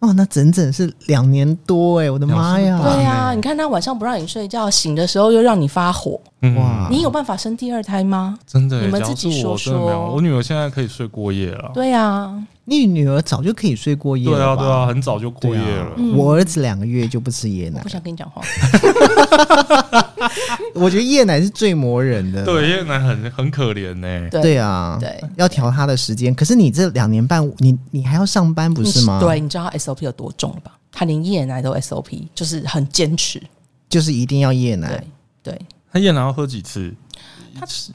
[SPEAKER 1] 哦，那整整是两年多哎、我的妈呀！
[SPEAKER 3] 对啊，你看他晚上不让你睡觉，醒的时候又让你发火，
[SPEAKER 1] 哇
[SPEAKER 2] 哇，
[SPEAKER 3] 你有办法生第二胎吗？
[SPEAKER 2] 真的耶，
[SPEAKER 3] 你们自己
[SPEAKER 2] 假如是我真的没有
[SPEAKER 3] 说说
[SPEAKER 2] 我女儿现在可以睡过夜了。
[SPEAKER 3] 对啊，
[SPEAKER 1] 你女儿早就可以睡过夜
[SPEAKER 2] 对
[SPEAKER 1] 了
[SPEAKER 2] 啊，
[SPEAKER 1] 吧？
[SPEAKER 2] 对啊，很早就过
[SPEAKER 1] 对
[SPEAKER 2] 夜
[SPEAKER 1] 啊，
[SPEAKER 2] 了。
[SPEAKER 1] 我儿子两个月就不吃夜
[SPEAKER 3] 嗯我
[SPEAKER 1] 奶
[SPEAKER 3] 不，想跟你讲话。
[SPEAKER 1] 我觉得夜奶是最磨人
[SPEAKER 3] 啊
[SPEAKER 1] 的。
[SPEAKER 2] 对，夜奶很很可怜呢。
[SPEAKER 3] 对
[SPEAKER 1] 对啊，
[SPEAKER 3] 对
[SPEAKER 1] 要调他的时间。可是你这两年半，你你还要上班不
[SPEAKER 3] 你
[SPEAKER 1] 是吗？
[SPEAKER 3] 对，，你知道他 SOP 有多重了吧？他连夜奶都 SOP，就是很坚持。
[SPEAKER 1] 就是一定要夜奶
[SPEAKER 3] 对。对，
[SPEAKER 2] 她夜奶要喝几次？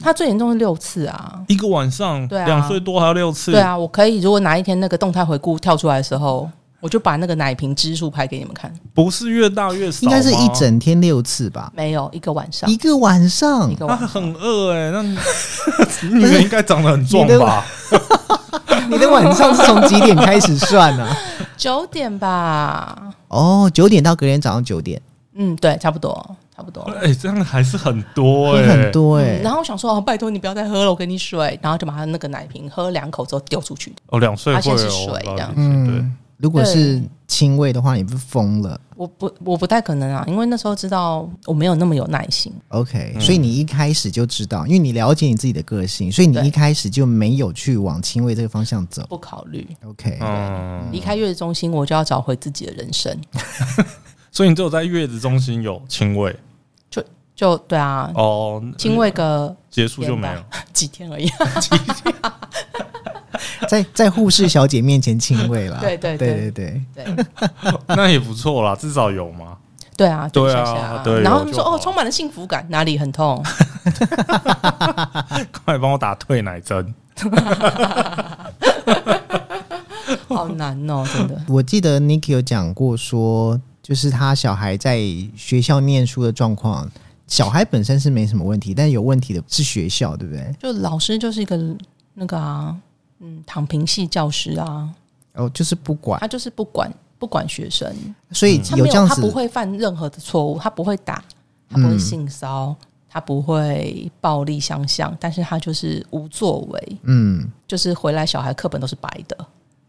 [SPEAKER 3] 他最严重是六次啊。
[SPEAKER 2] 一个晚上，
[SPEAKER 3] 对啊
[SPEAKER 2] 两岁多还要六次。
[SPEAKER 3] 对，啊，我可以，如果哪一天那个动态回顾跳出来的时候，我就把那个奶瓶支数拍给你们看。
[SPEAKER 2] 不是越大越少
[SPEAKER 1] 应
[SPEAKER 2] 吗，
[SPEAKER 1] 该是一整天六次吧，
[SPEAKER 3] 没有一个晚上
[SPEAKER 1] 一，个晚上
[SPEAKER 3] 一。
[SPEAKER 2] 她
[SPEAKER 3] 个晚上，
[SPEAKER 2] 很饿哎， 那你女儿应该长得很壮
[SPEAKER 1] 你的
[SPEAKER 2] 吧？
[SPEAKER 1] 你的晚上是从几点开始算呢、 啊？
[SPEAKER 3] 九点吧。
[SPEAKER 1] 哦，九点到隔天早上九点，
[SPEAKER 3] 嗯，对，差不多，差不多。
[SPEAKER 2] 哎，这样还是很多哎，
[SPEAKER 1] 很多哎、
[SPEAKER 3] 嗯然后我想说，哦，拜托你不要再喝了，我给你水，然后就把他那个奶瓶喝两口之后丢出去。
[SPEAKER 2] 哦，两岁
[SPEAKER 3] 而
[SPEAKER 2] 会
[SPEAKER 3] 且是
[SPEAKER 2] 哦，
[SPEAKER 3] 水
[SPEAKER 2] 我
[SPEAKER 3] 这
[SPEAKER 2] 了
[SPEAKER 3] 样
[SPEAKER 2] 解对，
[SPEAKER 1] 嗯，如果是轻微的话，你不是疯了
[SPEAKER 3] 我不，我不太可能啊，因为那时候知道我没有那么有耐心。
[SPEAKER 1] ？OK，、所以你一开始就知道，因为你了解你自己的个性，所以你
[SPEAKER 3] 对
[SPEAKER 1] 一开始就没有去往轻微这个方向走。
[SPEAKER 3] 不考虑
[SPEAKER 1] OK，、
[SPEAKER 2] 嗯。
[SPEAKER 3] 离开月子中心，我就要找回自己的人生。
[SPEAKER 2] 所以你只有在月子中心有亲喂
[SPEAKER 3] 就对啊，
[SPEAKER 2] 哦，
[SPEAKER 3] 亲喂个
[SPEAKER 2] 结束就没有。
[SPEAKER 3] 几天而已。
[SPEAKER 1] 在在护士小姐面前亲喂啦。
[SPEAKER 3] 对对
[SPEAKER 1] 对
[SPEAKER 3] 对
[SPEAKER 1] 对对，
[SPEAKER 3] 对
[SPEAKER 2] 那也不错啦，至少有嘛。
[SPEAKER 3] 对啊，就
[SPEAKER 2] 对
[SPEAKER 3] 下
[SPEAKER 2] 啊
[SPEAKER 3] 下啊
[SPEAKER 2] 对
[SPEAKER 3] 然后
[SPEAKER 2] 有
[SPEAKER 3] 他们
[SPEAKER 2] 就
[SPEAKER 3] 说
[SPEAKER 2] 好
[SPEAKER 3] 哦，充满了幸福感，哪里 很痛？
[SPEAKER 2] 快帮我打退奶针。
[SPEAKER 3] 好难哦，真的。
[SPEAKER 1] 我记得 Niki 有讲过说，就是他小孩在学校念书的状况，小孩本身是没什么问题，但有问题的是学校，对不对？
[SPEAKER 3] 就老师就是一个那个啊，嗯，躺平系教师啊，
[SPEAKER 1] 哦，就是不管，
[SPEAKER 3] 他就是不管不管学生，
[SPEAKER 2] 嗯
[SPEAKER 1] 所以
[SPEAKER 3] 他没
[SPEAKER 1] 有
[SPEAKER 3] 有
[SPEAKER 1] 这样
[SPEAKER 3] 他不
[SPEAKER 1] 子，
[SPEAKER 3] 会犯任何的错误，他不会打，他不会
[SPEAKER 1] 嗯
[SPEAKER 3] 性骚。他不会暴力相向，但是他就是无作为，
[SPEAKER 1] 嗯，
[SPEAKER 3] 就是回来小孩课本都是白的，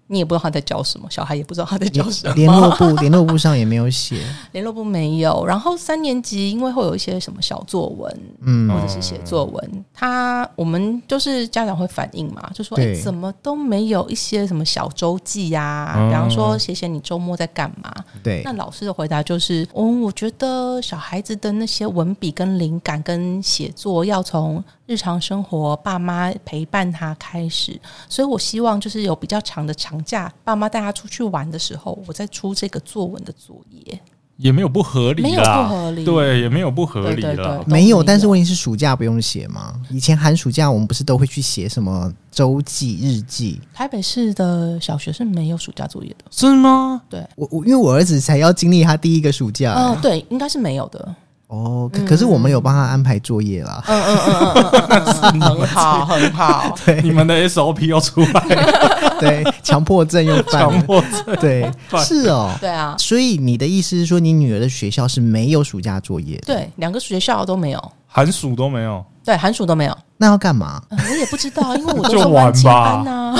[SPEAKER 3] 你也不知道他在教什么，小孩也不知道他在教什么。
[SPEAKER 1] 联络部联络部上也没有写，
[SPEAKER 3] 联络部没有，然后三年级因为会有一些什么小作文，
[SPEAKER 1] 嗯
[SPEAKER 3] 或者是写作文，他我们就是家长会反映嘛，就说哎、
[SPEAKER 1] 对
[SPEAKER 3] 诶怎么都没有一些什么小周记呀、
[SPEAKER 2] 嗯
[SPEAKER 3] 比方说写写你周末在干嘛。
[SPEAKER 1] 对
[SPEAKER 3] 那，老师的回答就是，嗯，我觉得小孩子的那些文笔跟灵感跟写作要从日常生活爸妈陪伴他开始，所以我希望就是有比较长的长假，爸妈带他出去玩的时候，我再出这个作文的作业，
[SPEAKER 2] 也没有不合理啦，
[SPEAKER 3] 没有不合理，
[SPEAKER 2] 对，也没有不合理啦。
[SPEAKER 3] 对对对
[SPEAKER 1] 没
[SPEAKER 3] 都没有
[SPEAKER 1] 有，但是问题是暑假不用写嘛？以前寒暑假我们不是都会去写什么周记、日记？
[SPEAKER 3] 台北市的小学是没有暑假作业的。
[SPEAKER 2] 是吗？
[SPEAKER 3] 对，
[SPEAKER 1] 我我因为我儿子才要经历他第一个暑假、欸
[SPEAKER 3] 嗯、对，应该是没有的。
[SPEAKER 1] 哦，可可是我们有帮他安排作业啦。
[SPEAKER 3] 嗯嗯嗯嗯嗯，很好很好。
[SPEAKER 2] 你们的 SOP 又出来了，
[SPEAKER 1] 对， 强迫症又犯
[SPEAKER 2] 强
[SPEAKER 1] 了，
[SPEAKER 2] 迫 症。
[SPEAKER 1] 对，是哦。
[SPEAKER 3] 对啊，
[SPEAKER 1] 所以你的意思是说，你女儿的学校是没有暑假作业的？，
[SPEAKER 3] 对，两个学校都没有，
[SPEAKER 2] 寒暑都没有，
[SPEAKER 3] 对，寒暑都没有。
[SPEAKER 1] 那要干嘛？
[SPEAKER 3] 嗯 我也不知道，因为我
[SPEAKER 2] 就
[SPEAKER 3] 都是
[SPEAKER 2] 玩
[SPEAKER 3] 晚清
[SPEAKER 2] 吧
[SPEAKER 3] 班啊呐、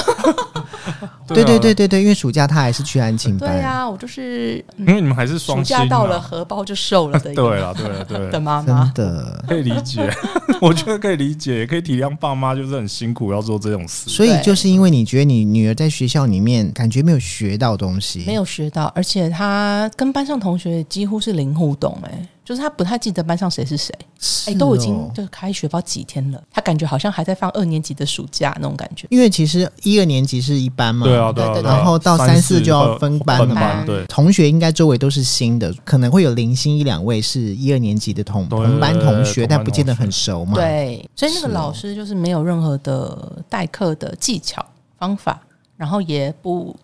[SPEAKER 1] 对
[SPEAKER 2] 啊
[SPEAKER 1] 对对，对对，因为暑假她还是去安亲
[SPEAKER 3] 对
[SPEAKER 1] 班。
[SPEAKER 3] 啊，我就是
[SPEAKER 2] 因为你们还是
[SPEAKER 3] 暑
[SPEAKER 2] 双薪
[SPEAKER 3] 假
[SPEAKER 2] 嘛
[SPEAKER 3] 到了，荷包就瘦了的一
[SPEAKER 2] 对
[SPEAKER 3] 个
[SPEAKER 2] 啦，对啦， 对
[SPEAKER 3] 的
[SPEAKER 2] 啦，
[SPEAKER 3] 妈
[SPEAKER 1] 真
[SPEAKER 3] 妈。
[SPEAKER 1] 的。
[SPEAKER 2] 可以理 解，我觉得可以理解，也可以体谅爸妈，就是很辛苦要做这种事。
[SPEAKER 1] 所以就是因为你觉得你女儿在学校里面感觉没有学到东西，
[SPEAKER 3] 没有学到，而且他跟班上同学几乎是零互动、哎，就是他不太记得班上谁是谁，
[SPEAKER 1] 是
[SPEAKER 3] 哎、
[SPEAKER 1] 哦，
[SPEAKER 3] 都已经就是开学不知道几天了，他感觉好像还在放二年级的暑假那种感觉。
[SPEAKER 1] 因为其实一二年级是一班嘛，
[SPEAKER 2] 对啊，对啊，
[SPEAKER 3] 对对
[SPEAKER 2] 对啊
[SPEAKER 1] 然后到
[SPEAKER 2] 三
[SPEAKER 1] 三四就要分班了
[SPEAKER 2] 分班
[SPEAKER 1] 嘛，
[SPEAKER 3] 嘛
[SPEAKER 2] 对
[SPEAKER 1] 同学应该周围都是新的，可能会有零星一两位是一二年级的同
[SPEAKER 2] 对
[SPEAKER 1] 同班同
[SPEAKER 2] 同
[SPEAKER 1] 学，
[SPEAKER 2] 班
[SPEAKER 1] 但不见得
[SPEAKER 2] 同学
[SPEAKER 1] 很熟嘛。，
[SPEAKER 3] 对，所以那个
[SPEAKER 1] 是哦
[SPEAKER 3] 老师就是没有任何的代课的技巧方法，然后也不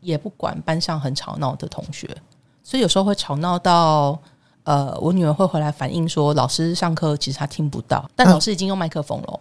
[SPEAKER 3] 也不管班上很吵闹的同学，所以有时候会吵闹到。呃，我女儿会回来反映说，老师上课其实她听不到，但
[SPEAKER 1] 啊
[SPEAKER 3] 老师已经用麦克风了，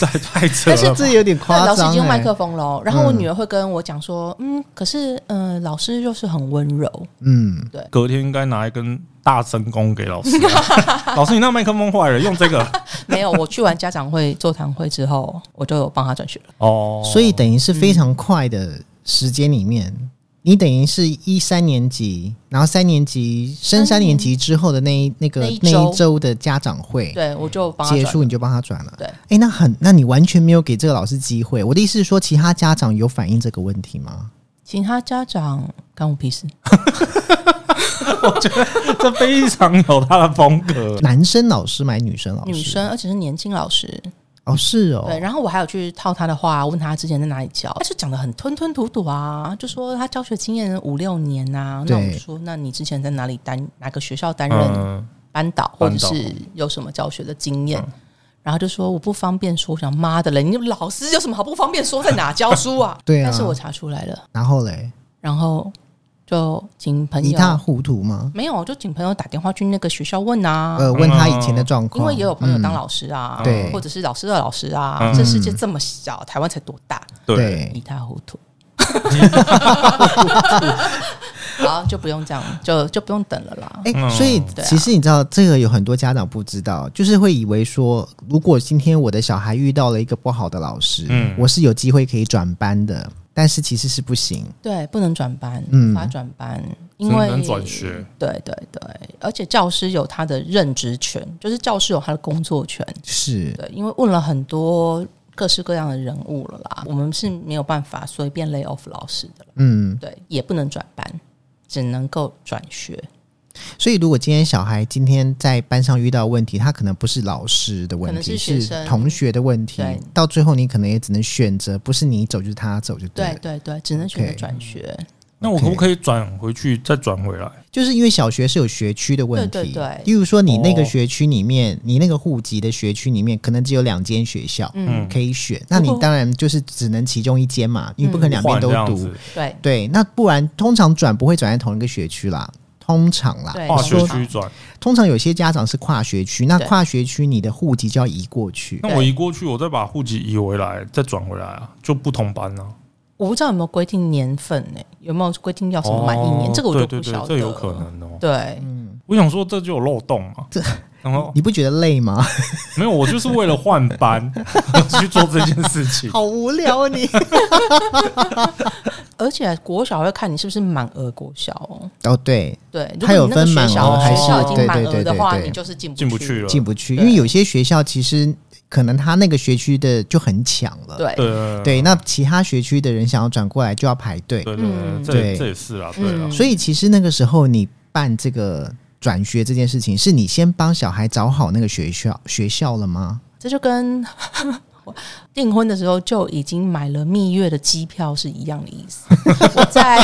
[SPEAKER 2] 太太扯
[SPEAKER 1] 但是
[SPEAKER 2] 了吧。
[SPEAKER 1] 这有点
[SPEAKER 3] 但
[SPEAKER 1] 夸
[SPEAKER 3] 老师已
[SPEAKER 1] 张
[SPEAKER 3] 经用麦
[SPEAKER 1] 欸。
[SPEAKER 3] 克风了。然后我
[SPEAKER 1] 嗯
[SPEAKER 3] 女儿会跟我讲说，嗯，可是，呃，老师就是很温柔，
[SPEAKER 1] 嗯，
[SPEAKER 2] 隔天应该拿一根大声公给老师 啊，老师你那麦克风坏了，用这个
[SPEAKER 3] 没有。我去完家长会座谈会之后，我就有帮她 转学了。
[SPEAKER 2] 哦。
[SPEAKER 1] 所以等于是非常快的时间里面，你等于是一三年级，然后三年级升三年级之后的那一那个
[SPEAKER 3] 嗯
[SPEAKER 1] 那
[SPEAKER 3] 那一周
[SPEAKER 1] 一周的家长会
[SPEAKER 3] 对，我就帮她
[SPEAKER 1] 结
[SPEAKER 3] 转
[SPEAKER 1] 束，你就帮他转了。
[SPEAKER 3] 对
[SPEAKER 1] 哎，那很，那你完全没有给这个老师机会。我的意思是说，其他家长有反映这个问题吗？
[SPEAKER 3] 其他家长干我屁事。
[SPEAKER 2] 这非常有他的风格，
[SPEAKER 1] 男生老师买女生老师，
[SPEAKER 3] 女生，而且是年轻老师。
[SPEAKER 1] 哦，是哦，
[SPEAKER 3] 对，然后我还有去套他的话，问他之前在哪里教，哎他就讲的很吞吞吐吐啊，就说他教学经验五六年啊。那我
[SPEAKER 1] 对
[SPEAKER 3] 们说，那你之前在哪里担哪个学校担任
[SPEAKER 2] 嗯，
[SPEAKER 3] 班导，或者
[SPEAKER 2] 班导
[SPEAKER 3] 是有什么教学的经验？
[SPEAKER 1] 嗯？
[SPEAKER 3] 然后就说我不方便说，我想妈的嘞，你老师有什么好不方便说，在哪教书啊
[SPEAKER 1] 对啊
[SPEAKER 3] 但是我查出来了，
[SPEAKER 1] 然后嘞，
[SPEAKER 3] 然后就请朋
[SPEAKER 1] 一塌
[SPEAKER 3] 友
[SPEAKER 1] 糊涂吗？
[SPEAKER 3] 没有，就请朋友打电话去那个学校问啊。
[SPEAKER 1] 呃，问他以前的状况，
[SPEAKER 3] 因为也有朋友当
[SPEAKER 1] 嗯
[SPEAKER 3] 老师啊，
[SPEAKER 1] 嗯对
[SPEAKER 3] 或者是老师的老师啊，
[SPEAKER 2] 嗯
[SPEAKER 3] 这世界这么小，台湾才多大，
[SPEAKER 2] 对，
[SPEAKER 3] 一
[SPEAKER 1] 对，
[SPEAKER 3] 塌糊 涂。好，就不用这样，就就不用等了啦。
[SPEAKER 1] 哎、
[SPEAKER 2] 嗯
[SPEAKER 1] 所以
[SPEAKER 3] 对啊
[SPEAKER 1] 其实你知道，这个有很多家长不知道，就是会以为说，如果今天我的小孩遇到了一个不好的老师，
[SPEAKER 2] 嗯
[SPEAKER 1] 我是有机会可以转班的，但是其实是不行。
[SPEAKER 3] 对，不能转班，
[SPEAKER 1] 嗯
[SPEAKER 3] 无法转班，因
[SPEAKER 2] 只
[SPEAKER 3] 为
[SPEAKER 2] 能转学。
[SPEAKER 3] 对对对，而且教师有他的任职权，就是教师有他的工作权。
[SPEAKER 1] 是，
[SPEAKER 3] 对，因为问了很多各式各样的人物了啦，我们是没有办法随便 lay off 老师的啦。
[SPEAKER 1] 嗯，
[SPEAKER 3] 对，也不能转班，只能够转学。
[SPEAKER 1] 所以，如果今天小孩今天在班上遇到问题，他可能不是老师的问
[SPEAKER 3] 可能
[SPEAKER 1] 题，
[SPEAKER 3] 是学
[SPEAKER 1] 是
[SPEAKER 3] 生
[SPEAKER 1] 同学的问题
[SPEAKER 3] 对。
[SPEAKER 1] 到最后，你可能也只能选择，不是你走就是他走，就对了。
[SPEAKER 3] 对对对，只能选择
[SPEAKER 1] OK
[SPEAKER 3] 转学。
[SPEAKER 2] 那我可不可以转回去再转回来？
[SPEAKER 1] 就是因为小学是有学区的问题，
[SPEAKER 3] 对对对
[SPEAKER 1] 例如说，你那个
[SPEAKER 2] 哦
[SPEAKER 1] 学区里面，你那个户籍的学区里面，可能只有两间学校
[SPEAKER 3] 嗯，
[SPEAKER 1] 可以选，那你当然就是只能其中一间嘛，你不可能两边
[SPEAKER 2] 换
[SPEAKER 1] 都
[SPEAKER 2] 这样
[SPEAKER 1] 读。
[SPEAKER 2] 子，
[SPEAKER 3] 对
[SPEAKER 1] 对，那不然通常转不会转在同一个学区啦，通常啦，
[SPEAKER 3] 对
[SPEAKER 2] 跨
[SPEAKER 1] 我
[SPEAKER 2] 哦学
[SPEAKER 1] 说
[SPEAKER 2] 区转。
[SPEAKER 1] 通常有些家长是跨学区，那
[SPEAKER 3] 对
[SPEAKER 1] 跨学区你的户籍就要移过去。
[SPEAKER 2] 那我移过去，我再把户籍移回来，再转回来啊，就不同班啊。
[SPEAKER 3] 我不知道有没有规定年份呢、有没有规定要什么满一年？
[SPEAKER 2] 哦
[SPEAKER 3] 这个我就
[SPEAKER 2] 对
[SPEAKER 3] 不
[SPEAKER 2] 对
[SPEAKER 3] 晓得
[SPEAKER 2] 对，这有可。能哦。
[SPEAKER 3] 对，
[SPEAKER 1] 嗯
[SPEAKER 2] 我想说这就有漏洞嘛。然后
[SPEAKER 1] 你不觉得累 吗？
[SPEAKER 2] 没有，我就是为了换 班去做这件事情。
[SPEAKER 1] 好无
[SPEAKER 3] 哦
[SPEAKER 1] 聊啊你！
[SPEAKER 3] 而且国小会看你是不是满额国小哦。
[SPEAKER 1] 哦，对，
[SPEAKER 3] 对，如
[SPEAKER 1] 它
[SPEAKER 3] 果
[SPEAKER 1] 有
[SPEAKER 3] 你那个
[SPEAKER 1] 分
[SPEAKER 3] 学
[SPEAKER 1] 满
[SPEAKER 3] 校
[SPEAKER 2] 额还
[SPEAKER 3] 学校
[SPEAKER 2] 是
[SPEAKER 3] 已经满
[SPEAKER 1] 对对
[SPEAKER 3] 额的
[SPEAKER 1] 对
[SPEAKER 3] 话，
[SPEAKER 1] 对
[SPEAKER 3] 你就是进
[SPEAKER 2] 进不去了，
[SPEAKER 1] 进不去，因
[SPEAKER 3] 对
[SPEAKER 1] 为有些学校其实可能他那个学区的就很抢了。
[SPEAKER 3] 对
[SPEAKER 2] 对
[SPEAKER 1] 对，那其他学区的人想要转过来就要排队，
[SPEAKER 2] 对对
[SPEAKER 3] 嗯
[SPEAKER 2] 对，这也
[SPEAKER 1] 对
[SPEAKER 2] 这也是啦，对啦
[SPEAKER 3] 嗯。
[SPEAKER 1] 所以其实那个时候你办这个转学这件事情，是你先帮小孩找好那个学校学校了吗？
[SPEAKER 3] 这就跟 订婚的时候就已经买了蜜月的机票是一样的意思。我在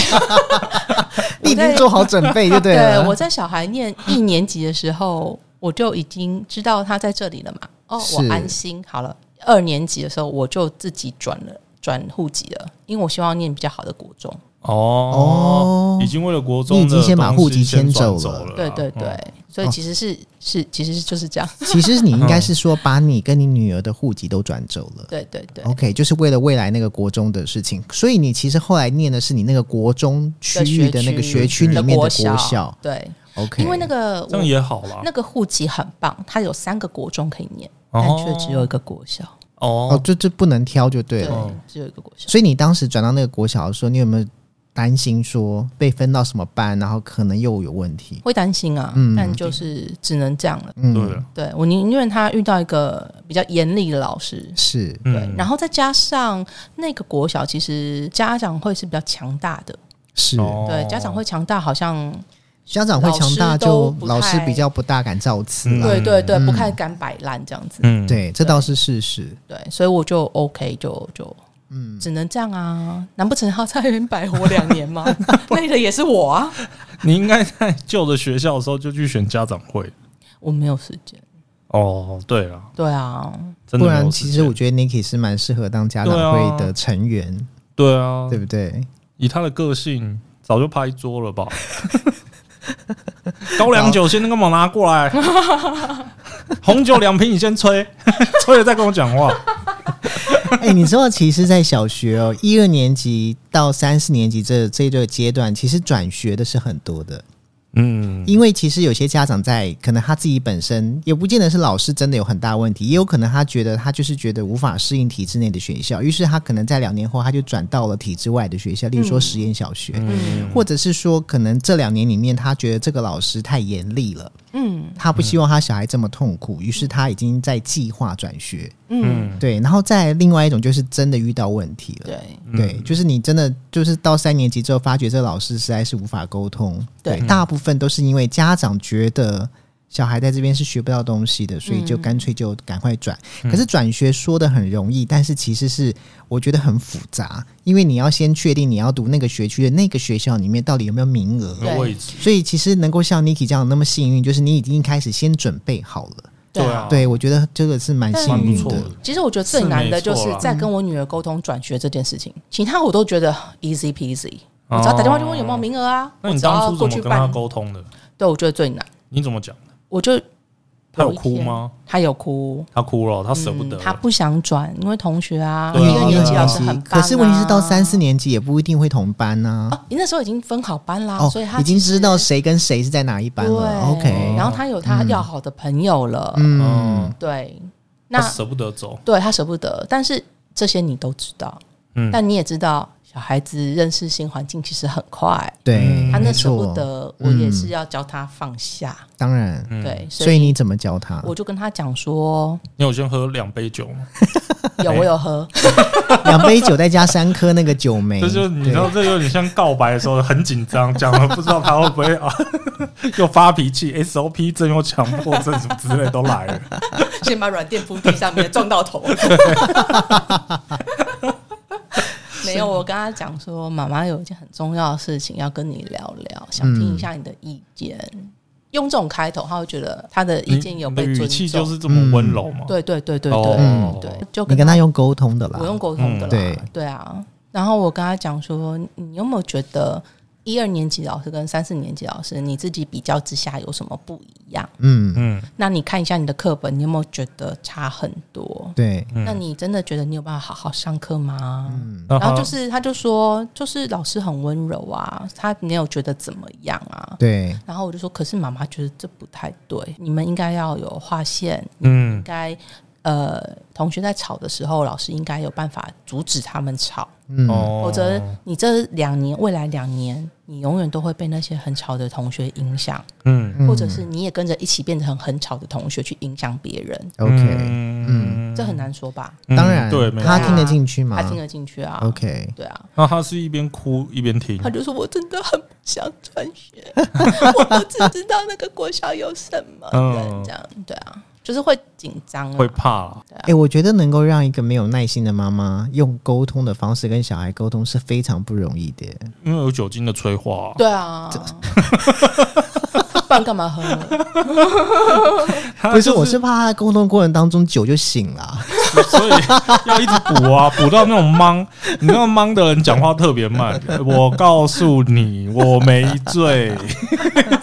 [SPEAKER 1] 你已经
[SPEAKER 3] 我在
[SPEAKER 1] 做好准备就对啊
[SPEAKER 3] 对
[SPEAKER 1] 了。
[SPEAKER 3] 我在小孩 念一年级的时候，我就已经知道他在这里了 嘛。哦，
[SPEAKER 1] 是
[SPEAKER 3] 我安心好了。二年级的时候，我就自己转了转户籍了，因为我希望念比较好的国中。
[SPEAKER 2] 哦
[SPEAKER 1] 哦，
[SPEAKER 2] 已经为了国中的
[SPEAKER 1] 你已经先把
[SPEAKER 2] 东西
[SPEAKER 1] 户籍迁
[SPEAKER 2] 先转
[SPEAKER 1] 走
[SPEAKER 2] 走
[SPEAKER 1] 了
[SPEAKER 2] 了啦，
[SPEAKER 3] 对对对，
[SPEAKER 1] 哦
[SPEAKER 2] 嗯
[SPEAKER 3] 所以其实是、是其实就是这样。
[SPEAKER 1] 其实你应该是说把你跟你女儿的户籍都转走了。
[SPEAKER 3] 对对对，
[SPEAKER 1] OK，就是为了未来那个国中的事情，所以你其实后来念的是你那个国中区域的那个学区里面的
[SPEAKER 3] 国
[SPEAKER 1] 国
[SPEAKER 3] 小，
[SPEAKER 1] 校。
[SPEAKER 3] 对，
[SPEAKER 1] OK，
[SPEAKER 3] 因为那个
[SPEAKER 2] 这样
[SPEAKER 3] 我
[SPEAKER 2] 也好啦。
[SPEAKER 3] 那个户籍很棒，它有三个国中可以念，
[SPEAKER 2] 哦
[SPEAKER 3] 但却只有一个国小，
[SPEAKER 1] 哦
[SPEAKER 2] 哦，，
[SPEAKER 1] 这这不能挑就对
[SPEAKER 3] 对
[SPEAKER 1] 了。
[SPEAKER 2] 嗯，
[SPEAKER 3] 只有一个国小。
[SPEAKER 1] 所以你当时转到那个国小的时候，你有没有担心说被分到什么班，然后可能又有问题？
[SPEAKER 3] 会担心啊，
[SPEAKER 1] 嗯
[SPEAKER 3] 但就是只能这样了。
[SPEAKER 1] 嗯，
[SPEAKER 2] 对了，
[SPEAKER 3] 对我宁愿他遇到一个比较严厉的老师，
[SPEAKER 1] 是
[SPEAKER 3] 对，
[SPEAKER 2] 嗯
[SPEAKER 3] 然后再加上那个国小，其实家长会是比较强大的，
[SPEAKER 1] 是，
[SPEAKER 2] 哦
[SPEAKER 3] 对，家长会强大，好像
[SPEAKER 1] 家长会强大，
[SPEAKER 3] 老师都
[SPEAKER 1] 就
[SPEAKER 3] 不太
[SPEAKER 1] 老师比较不大敢造次
[SPEAKER 2] 嗯
[SPEAKER 1] 了。
[SPEAKER 3] 对对对，不太敢摆烂这样子，
[SPEAKER 2] 嗯，
[SPEAKER 1] 对，这倒是事实。
[SPEAKER 3] 对，所以我就 OK，就就。嗯，只能这样啊！难不成他在原百活两 年吗？累的也是我啊！
[SPEAKER 2] 你应该在旧的学校的时候就去选家长会。
[SPEAKER 3] 我没有时间。
[SPEAKER 2] 哦，对了，
[SPEAKER 3] 对啊，
[SPEAKER 2] 真
[SPEAKER 1] 不
[SPEAKER 2] 的没有
[SPEAKER 1] 然，
[SPEAKER 2] 时
[SPEAKER 1] 其实
[SPEAKER 2] 间
[SPEAKER 1] 我觉得 Niki 是蛮适合当家长
[SPEAKER 2] 对啊
[SPEAKER 1] 会的成员，
[SPEAKER 2] 对啊
[SPEAKER 1] 对，不对？
[SPEAKER 2] 以他的个性，早就拍桌了吧？ 高粱酒先那个嘛拿过 来，红酒两瓶你先吹，吹了再跟我讲话。
[SPEAKER 1] 哎、你知道，其实，在小学哦，一二年级到三四年级这这一个阶段，其实转学的是很多的，
[SPEAKER 2] 嗯，
[SPEAKER 1] 因为其实有些家长在，可能他自己本身也不见得是老师真的有很大问题，也有可能他觉得他就是觉得无法适应体制内的学校，于是他可能在两年后他就转到了体制外的学校，例如说实验小学，
[SPEAKER 3] 嗯
[SPEAKER 1] 或者是说可能这两年里面他觉得这个老师太严厉了，
[SPEAKER 3] 嗯
[SPEAKER 1] 他不希望他小孩这么痛苦，于是他已经在计划转学。
[SPEAKER 3] 嗯，
[SPEAKER 2] 嗯，
[SPEAKER 1] 对，然后再另外一种就是真的遇到问题了。
[SPEAKER 3] 对
[SPEAKER 2] 嗯
[SPEAKER 1] 对，就是你真的就是到三年级之后，发觉这老师实在是无法沟通。
[SPEAKER 3] 对
[SPEAKER 2] 嗯
[SPEAKER 1] 大部分都是因为家长觉得小孩在这边是学不到东西的，
[SPEAKER 3] 嗯
[SPEAKER 1] 所以就干脆就赶快转。
[SPEAKER 2] 嗯
[SPEAKER 1] 可是转学说的很容易，但是其实是我觉得很复杂，因为你要先确定你要读那个学区的那个学校里面到底有没有名额。
[SPEAKER 2] 那位置，
[SPEAKER 1] 所以其实能够像 Niki 这样那么幸运，就是你已经开始先准备好了。
[SPEAKER 2] 对啊，
[SPEAKER 1] 对，我觉得这个是蛮
[SPEAKER 3] 但
[SPEAKER 1] 幸运
[SPEAKER 2] 蛮不错
[SPEAKER 1] 的
[SPEAKER 2] 的。
[SPEAKER 3] 其实我觉得最难的就是
[SPEAKER 2] 是没错啦
[SPEAKER 3] 在跟我女儿沟通转学这件事情，其他我都觉得 easy peasy。我只要打电话就问有没有名额啊，
[SPEAKER 2] 哦那
[SPEAKER 3] 我
[SPEAKER 2] 你
[SPEAKER 3] 只要
[SPEAKER 2] 当初
[SPEAKER 3] 过
[SPEAKER 2] 怎
[SPEAKER 3] 去
[SPEAKER 2] 么跟他
[SPEAKER 3] 办。
[SPEAKER 2] 沟通的？
[SPEAKER 3] 对，我觉得最难，
[SPEAKER 2] 你怎么讲？
[SPEAKER 3] 我就
[SPEAKER 2] 他有
[SPEAKER 3] 一
[SPEAKER 2] 哭
[SPEAKER 3] 天
[SPEAKER 2] 吗？
[SPEAKER 3] 她有哭，
[SPEAKER 2] 他哭了，他舍不
[SPEAKER 3] 嗯
[SPEAKER 2] 得。
[SPEAKER 3] 她不想转，因为同学啊，
[SPEAKER 2] 对啊
[SPEAKER 3] 一二年级老师很棒啊。
[SPEAKER 1] 可是问题是到三四年级也不一定会同班呐、
[SPEAKER 3] 啊，你那时候已经分好班啦，
[SPEAKER 1] 哦
[SPEAKER 3] 所以她，
[SPEAKER 1] 已经
[SPEAKER 3] 其实
[SPEAKER 1] 知道谁跟谁是在哪一班了。
[SPEAKER 3] 对
[SPEAKER 1] OK，
[SPEAKER 3] 然后她有她要好的朋友了，
[SPEAKER 1] 嗯
[SPEAKER 2] 嗯，
[SPEAKER 3] 对，那
[SPEAKER 2] 他舍不得走。
[SPEAKER 3] 对她舍不得，但是这些你都知道，
[SPEAKER 2] 嗯，
[SPEAKER 3] 但你也知道小小孩子认识新环境其实很快，
[SPEAKER 1] 对，
[SPEAKER 2] 嗯
[SPEAKER 3] 啊他那
[SPEAKER 1] 没
[SPEAKER 3] 舍不
[SPEAKER 1] 错，
[SPEAKER 3] 得，我
[SPEAKER 1] 嗯
[SPEAKER 3] 也是要教他放下。
[SPEAKER 1] 当然，
[SPEAKER 2] 嗯
[SPEAKER 3] 对，
[SPEAKER 1] 所
[SPEAKER 3] 所
[SPEAKER 1] 以
[SPEAKER 3] 以
[SPEAKER 1] 你怎么教他？
[SPEAKER 3] 我就跟他讲说，
[SPEAKER 2] 你有先喝两杯酒吗？
[SPEAKER 1] 哎
[SPEAKER 3] 有我有喝，
[SPEAKER 1] 两杯酒再加三颗那个酒梅，
[SPEAKER 2] 这就是你知道，
[SPEAKER 1] 对
[SPEAKER 2] 这有点像告白的时候很紧张，讲了不知道他会不会啊， 又发脾气，SOP 症又强迫症什么之类都来了。
[SPEAKER 3] 先把软垫铺地上面，撞 到头。没有，我跟他讲说，妈妈有一件很重要的事情要跟你聊
[SPEAKER 1] 嗯
[SPEAKER 3] 聊，想听一下你的意见。用这种开头，他会觉得他的意见有
[SPEAKER 2] 你的
[SPEAKER 3] 被
[SPEAKER 2] 语
[SPEAKER 3] 尊
[SPEAKER 2] 气
[SPEAKER 3] 重。
[SPEAKER 2] 就是这么温柔嘛？
[SPEAKER 3] 对对对对对、
[SPEAKER 2] 哦
[SPEAKER 3] 对，就
[SPEAKER 1] 你
[SPEAKER 3] 跟
[SPEAKER 1] 跟他
[SPEAKER 3] 他
[SPEAKER 1] 用沟通的啦，
[SPEAKER 3] 我用沟通的
[SPEAKER 1] 嗯
[SPEAKER 3] 啦，
[SPEAKER 1] 对
[SPEAKER 3] 对啊。然后我跟他讲说，你有没有觉得一二年级老师跟三四年级老师你自己比较之下有什么不一样？
[SPEAKER 1] 嗯，
[SPEAKER 2] 嗯，
[SPEAKER 3] 那你看一下你的课本，你有没有觉得差很多？
[SPEAKER 1] 对，
[SPEAKER 2] 嗯
[SPEAKER 3] 那你真的觉得你有办法好好上课吗？
[SPEAKER 1] 嗯
[SPEAKER 2] 然
[SPEAKER 3] 然后就是他就说，就是老师很温柔啊，他没有觉得怎么样啊。
[SPEAKER 1] 对，
[SPEAKER 3] 然后我就说，可是妈妈觉得这不太对，你们应该要有划线，应
[SPEAKER 2] 嗯
[SPEAKER 3] 该呃，同学在吵的时候，老师应该有办法阻止他们吵，
[SPEAKER 1] 嗯，
[SPEAKER 2] 哦
[SPEAKER 3] 否则你这两年未来两年，你永远都会被那些很吵的同学影响，
[SPEAKER 2] 嗯
[SPEAKER 1] 嗯
[SPEAKER 3] 或者是你也跟着一起变成很吵的同学去影响别人，
[SPEAKER 1] OK，
[SPEAKER 2] 嗯
[SPEAKER 3] 这很难说吧？
[SPEAKER 2] 嗯
[SPEAKER 1] 当然，
[SPEAKER 2] 对，没
[SPEAKER 1] 他
[SPEAKER 2] 错
[SPEAKER 1] 听得进去吗？
[SPEAKER 3] 他听得进去啊
[SPEAKER 1] OK，
[SPEAKER 3] 对啊，
[SPEAKER 2] 那他是一边哭一边听
[SPEAKER 3] 他，就说我真的很不想转学， 我都只知道那个国小有什么，
[SPEAKER 2] 嗯
[SPEAKER 3] 对，这样对啊，就是会紧张啊，
[SPEAKER 2] 会怕啦。
[SPEAKER 1] 哎、我觉得能够让一个没有耐心的妈妈用沟通的方式跟小孩沟通是非常不容易的。
[SPEAKER 2] 因为有酒精的催化啊、
[SPEAKER 3] 对啊， 不然干嘛喝？
[SPEAKER 2] 他
[SPEAKER 1] 不是，
[SPEAKER 2] 就
[SPEAKER 1] 我是怕他沟通过程当中酒就醒 了。
[SPEAKER 2] 所以要一直补啊，补到那种懵，你那种懵的人讲话特别慢。我告诉你，我没醉，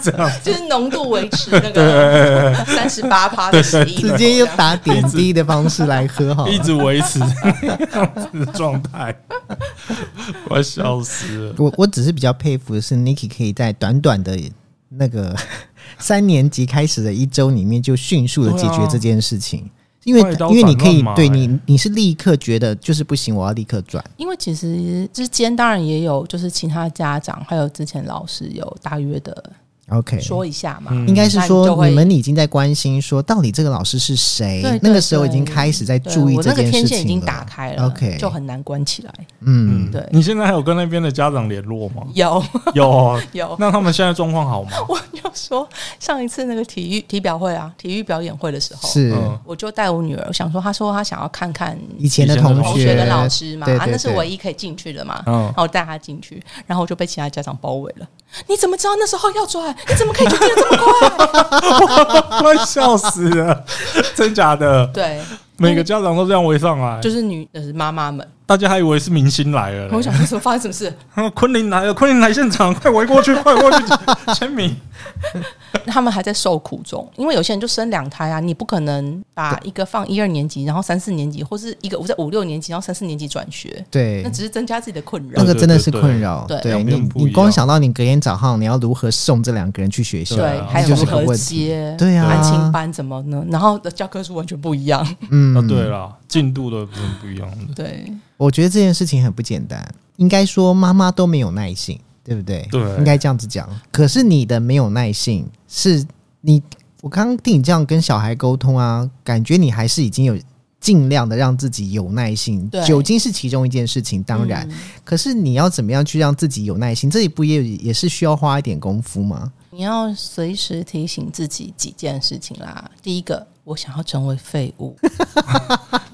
[SPEAKER 3] 就是浓度维持那个三十八趴的十一，
[SPEAKER 1] 直接用打点滴的方式来 喝好
[SPEAKER 2] 一
[SPEAKER 1] 了。
[SPEAKER 2] 直维持那样子的状态，我要笑死了。
[SPEAKER 1] 我我只是比较佩服的是，Niki 可以在短短的那个 三年级开始的一周里面，就迅速的解决这件事情。因为
[SPEAKER 2] 哦快刀
[SPEAKER 1] 因为你
[SPEAKER 2] 斩
[SPEAKER 1] 可以
[SPEAKER 2] 乱麻
[SPEAKER 1] 对
[SPEAKER 2] 欸
[SPEAKER 1] 你你是立刻觉得就是不行，我要立刻转。
[SPEAKER 3] 因为其实之间当然也有，就是其他家长还有之前老师有大约的
[SPEAKER 1] OK，
[SPEAKER 3] 说一下嘛，
[SPEAKER 2] 嗯
[SPEAKER 1] 应该是
[SPEAKER 3] 那你就
[SPEAKER 1] 说
[SPEAKER 3] 会
[SPEAKER 1] 你们已经在关心说到底这个老师是谁
[SPEAKER 3] 对对，
[SPEAKER 1] 那个时候已经开始在
[SPEAKER 3] 对
[SPEAKER 1] 注意
[SPEAKER 3] 我
[SPEAKER 1] 这
[SPEAKER 3] 那个
[SPEAKER 1] 件
[SPEAKER 3] 天
[SPEAKER 1] 事
[SPEAKER 3] 线已经
[SPEAKER 1] 情
[SPEAKER 3] 打
[SPEAKER 1] 了。
[SPEAKER 3] 开了
[SPEAKER 1] OK
[SPEAKER 3] 就很难关起来。
[SPEAKER 1] 嗯
[SPEAKER 2] 嗯，
[SPEAKER 3] 对
[SPEAKER 2] 你现在还有跟那边的家长联络吗？
[SPEAKER 3] 有
[SPEAKER 2] 有，啊
[SPEAKER 3] 有，
[SPEAKER 2] 那他们现在状况好吗？
[SPEAKER 3] 我就说上一次那个体育体表会啊，体育表演会的时候，
[SPEAKER 1] 是
[SPEAKER 2] 嗯
[SPEAKER 3] 我就带我女儿，我想说她说她想要看看
[SPEAKER 1] 以前的
[SPEAKER 2] 以前的
[SPEAKER 1] 同
[SPEAKER 2] 同
[SPEAKER 3] 同学跟老师嘛，
[SPEAKER 1] 对
[SPEAKER 3] 啊，
[SPEAKER 1] 对
[SPEAKER 3] 那是
[SPEAKER 1] 对
[SPEAKER 3] 唯一可以进去的嘛。
[SPEAKER 2] 嗯
[SPEAKER 3] 然后我带他进去，然后我就被其他家长包围了。你怎么知道那时候要转？你怎么可以决定得这么快？
[SPEAKER 2] 快笑死了，真假的？
[SPEAKER 3] 对，
[SPEAKER 2] 每个家长都这样围上来，
[SPEAKER 3] 就是女，就是妈妈们。
[SPEAKER 2] 大家还以为是明星来了
[SPEAKER 3] 我
[SPEAKER 2] 嘞。
[SPEAKER 3] 想说，什么发生什么事？
[SPEAKER 2] 啊昆凌来了，昆凌来现场，快围过去，快围过去签名。
[SPEAKER 3] 他们还在受苦中，因为有些人就生两胎啊，你不可能把一个放一二年级，然后三四年级，或是一个我在五六年级，然后三四年级转学，
[SPEAKER 1] 对
[SPEAKER 3] 那，只是增加自己的困扰
[SPEAKER 1] 那。个真的是
[SPEAKER 2] 对对对
[SPEAKER 1] 困扰。
[SPEAKER 3] 对
[SPEAKER 1] 对
[SPEAKER 2] 两边
[SPEAKER 1] 你，
[SPEAKER 2] 不一
[SPEAKER 1] 你光
[SPEAKER 2] 样
[SPEAKER 1] 想到你隔天早上你要如何送这两个人去学校，
[SPEAKER 3] 对，还有
[SPEAKER 1] 啊这
[SPEAKER 3] 如
[SPEAKER 1] 就是个
[SPEAKER 3] 何
[SPEAKER 1] 问题。
[SPEAKER 3] 接？
[SPEAKER 1] 对啊
[SPEAKER 3] 安亲班怎么呢？然后的教科书完全不一样。
[SPEAKER 2] 啊，
[SPEAKER 1] 嗯，
[SPEAKER 2] 对了，进度都不不一样的。
[SPEAKER 3] 对，
[SPEAKER 1] 我觉得这件事情很不简单，应该说妈妈都没有耐性，对不对？
[SPEAKER 2] 对
[SPEAKER 1] 应该这样子讲。可是你的没有耐性，是你我刚刚听你这样跟小孩沟通啊，感觉你还是已经有尽量的让自己有耐性
[SPEAKER 3] 对。
[SPEAKER 1] 酒精是其中一件事情，当然。
[SPEAKER 3] 嗯
[SPEAKER 1] 可是你要怎么样去让自己有耐心？这一步也也是需要花一点功夫吗？
[SPEAKER 3] 你要随时提醒自己几件事情啦。第一个，我想要成为废 物。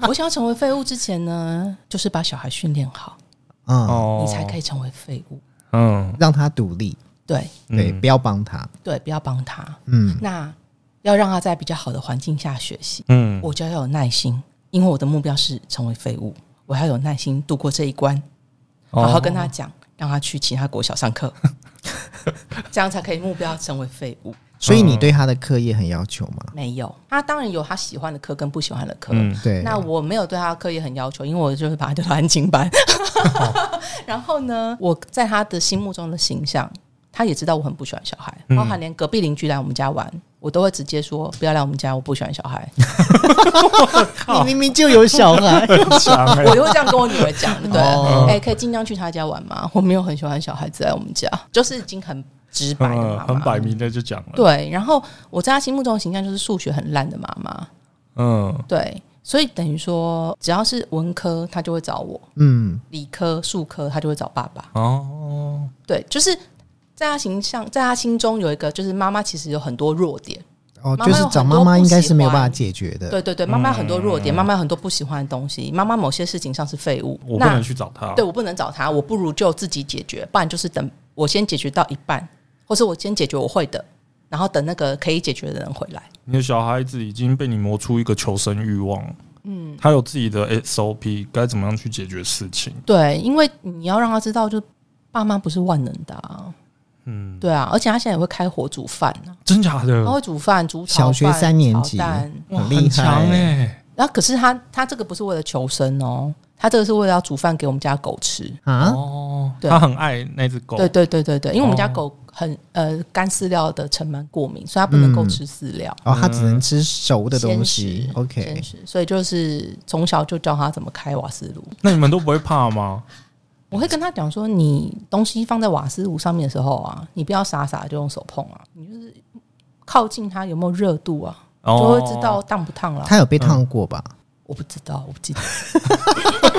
[SPEAKER 3] 我想要成为废物之前呢，就是把小孩训练好，
[SPEAKER 1] 啊、
[SPEAKER 2] 哦
[SPEAKER 3] 你才可以成为废物。
[SPEAKER 2] 嗯，
[SPEAKER 1] 让他独立，
[SPEAKER 3] 对
[SPEAKER 1] 对，
[SPEAKER 2] 嗯
[SPEAKER 1] 不要帮他。
[SPEAKER 3] 对，不要帮他。
[SPEAKER 1] 嗯，
[SPEAKER 3] 那要让他在比较好的环境下学习，
[SPEAKER 2] 嗯，
[SPEAKER 3] 我就要有耐心，因为我的目标是成为废物，我要有耐心度过这一关，
[SPEAKER 2] 哦
[SPEAKER 3] 好好跟他讲，让他去其他国小 上课，这样才可以目标成为废物。
[SPEAKER 1] 所以你对他的课业很要求吗？
[SPEAKER 3] 没有，他当然有他喜欢的课跟不喜欢的课。
[SPEAKER 2] 嗯
[SPEAKER 1] 对，
[SPEAKER 3] 那我没有对他的课业很要求，因为我就是把他 丢到安静班。然后呢，我在他的心目中的形象他也知道我很不喜欢小孩，包含连隔壁邻居来我们家玩，我都会直接说不要来我们家，我不喜欢小孩，哦
[SPEAKER 1] 你明明就有小 孩，
[SPEAKER 2] 很强哎、
[SPEAKER 3] 我就会这样跟我女儿讲，对，哎、
[SPEAKER 1] 哦
[SPEAKER 3] 可以尽量去他家玩吗？我没有很喜欢小孩子来我们家， 就是已经很直白的妈
[SPEAKER 2] 嗯，
[SPEAKER 3] 妈、
[SPEAKER 2] 很摆明的就讲了，
[SPEAKER 3] 对，然后我在他心目中的形象就是数学很烂的妈妈，
[SPEAKER 2] 嗯，
[SPEAKER 3] 对，所以等于说只要是文科，他就会找我；
[SPEAKER 1] 嗯，
[SPEAKER 3] 理科、数科，他就会找爸爸。
[SPEAKER 2] 哦，
[SPEAKER 3] 对，就是在他形象，在他心中有一个，就是妈妈其实有很多弱点。
[SPEAKER 1] 哦，
[SPEAKER 3] 妈妈
[SPEAKER 1] 就是
[SPEAKER 3] 有很
[SPEAKER 1] 找
[SPEAKER 3] 多
[SPEAKER 1] 妈妈
[SPEAKER 3] 不
[SPEAKER 1] 应该
[SPEAKER 3] 喜
[SPEAKER 1] 是没有办法
[SPEAKER 3] 欢
[SPEAKER 1] 解决的。
[SPEAKER 3] 对对对，妈妈有很多弱
[SPEAKER 2] 嗯
[SPEAKER 3] 点，妈妈有很多不喜欢的东西，妈妈某些事情上是废物。
[SPEAKER 2] 我不
[SPEAKER 3] 那
[SPEAKER 2] 能去找他，
[SPEAKER 3] 对我不能找他，我不如就自己解决，不然就是等我先解决到一半，或是我先解决我会的，然后等那个可以解决的人回来。
[SPEAKER 2] 你的小孩子已经被你磨出一个求生欲望，嗯，他有自己的 SOP，该怎么样去解决事情，
[SPEAKER 3] 对，因为你要让他知道，就爸妈不是万能的、啊，
[SPEAKER 2] 嗯，
[SPEAKER 3] 对啊，而且他现在也会开火煮饭、啊，
[SPEAKER 2] 真假的
[SPEAKER 3] 他，会煮饭、煮炒
[SPEAKER 1] 小学
[SPEAKER 3] 饭
[SPEAKER 1] 三年
[SPEAKER 3] 炒
[SPEAKER 1] 级
[SPEAKER 3] 蛋
[SPEAKER 2] 哇，
[SPEAKER 1] 很厉
[SPEAKER 2] 很强
[SPEAKER 1] 害
[SPEAKER 2] 哎、
[SPEAKER 3] 然后可是他他这个不是为了求生哦，他这个是为了要煮饭给我们家狗吃。
[SPEAKER 1] 啊，
[SPEAKER 2] 哦，
[SPEAKER 3] 对
[SPEAKER 2] 他很爱那只狗，
[SPEAKER 3] 对对对对对，因为我们家
[SPEAKER 2] 哦
[SPEAKER 3] 狗很、呃干饲料的尘螨过敏，所以它不能够
[SPEAKER 1] 嗯
[SPEAKER 3] 吃饲料。
[SPEAKER 1] 哦，他只能吃熟的
[SPEAKER 3] 鲜
[SPEAKER 1] 东
[SPEAKER 3] 食
[SPEAKER 1] 西。
[SPEAKER 3] 鲜
[SPEAKER 1] OK，
[SPEAKER 3] 食所以就是从小就教他怎么开瓦斯炉。
[SPEAKER 2] 那你们都不会怕吗？
[SPEAKER 3] 我会跟他讲说，你东西放在瓦斯炉上面的时候啊，你不要傻傻地就用手碰啊，你就是靠近它有没有热度啊，
[SPEAKER 2] 哦
[SPEAKER 3] 就会知道烫不烫啦。
[SPEAKER 1] 他
[SPEAKER 2] 嗯
[SPEAKER 1] 有被烫过吧？
[SPEAKER 3] 我不知道，我不记得。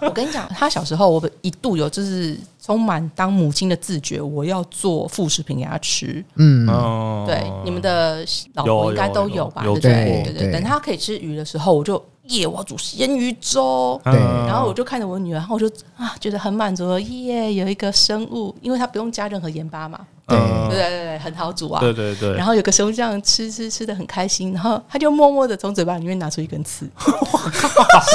[SPEAKER 3] 我跟你讲，他小时候我一度有就是充满当母亲的自觉，我要做副食品给他吃。
[SPEAKER 1] 嗯，
[SPEAKER 2] 嗯，
[SPEAKER 3] 对，你们的老
[SPEAKER 2] 有
[SPEAKER 3] 婆应该
[SPEAKER 2] 有
[SPEAKER 3] 都
[SPEAKER 2] 有
[SPEAKER 3] 有吧？
[SPEAKER 2] 有
[SPEAKER 3] 对对
[SPEAKER 1] 做过
[SPEAKER 3] 对对对。
[SPEAKER 1] 对
[SPEAKER 3] 等他可以吃鱼的时候，我就耶，我要煮鲜鱼粥。
[SPEAKER 2] 嗯
[SPEAKER 1] 对
[SPEAKER 3] 然后我就看着我女儿，然后我就啊，觉得很满足了，耶，有一个生物，因为它不用加任何盐巴嘛，
[SPEAKER 1] 对
[SPEAKER 2] 嗯
[SPEAKER 3] 对对对对，很好煮啊。
[SPEAKER 2] 对对对，
[SPEAKER 3] 然后有个生物这样吃吃吃的很开心，然后他就默默的从嘴巴里面拿出一根刺，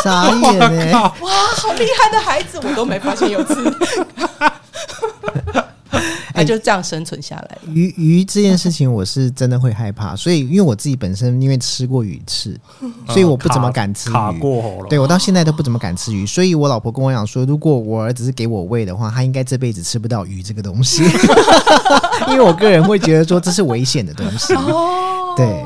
[SPEAKER 1] 傻 眼欸呢、
[SPEAKER 2] 靠
[SPEAKER 3] 哇，好厉害的孩子，我都没发现有刺， 他就这样生存下来了。
[SPEAKER 1] 鱼鱼这件事情，我是真的会害怕，所以因为我自己本身因为吃过鱼翅，
[SPEAKER 3] 嗯
[SPEAKER 1] 所以我不怎么敢吃鱼。
[SPEAKER 2] 卡过喉咙，
[SPEAKER 1] 对，我到现在都不怎么敢吃鱼，所以我老婆跟我讲说，如果我儿子是给我喂的话，他应该这辈子吃不到鱼这个东 西，因为我个人会觉得说这是危险的东西。
[SPEAKER 3] 哦，
[SPEAKER 1] 对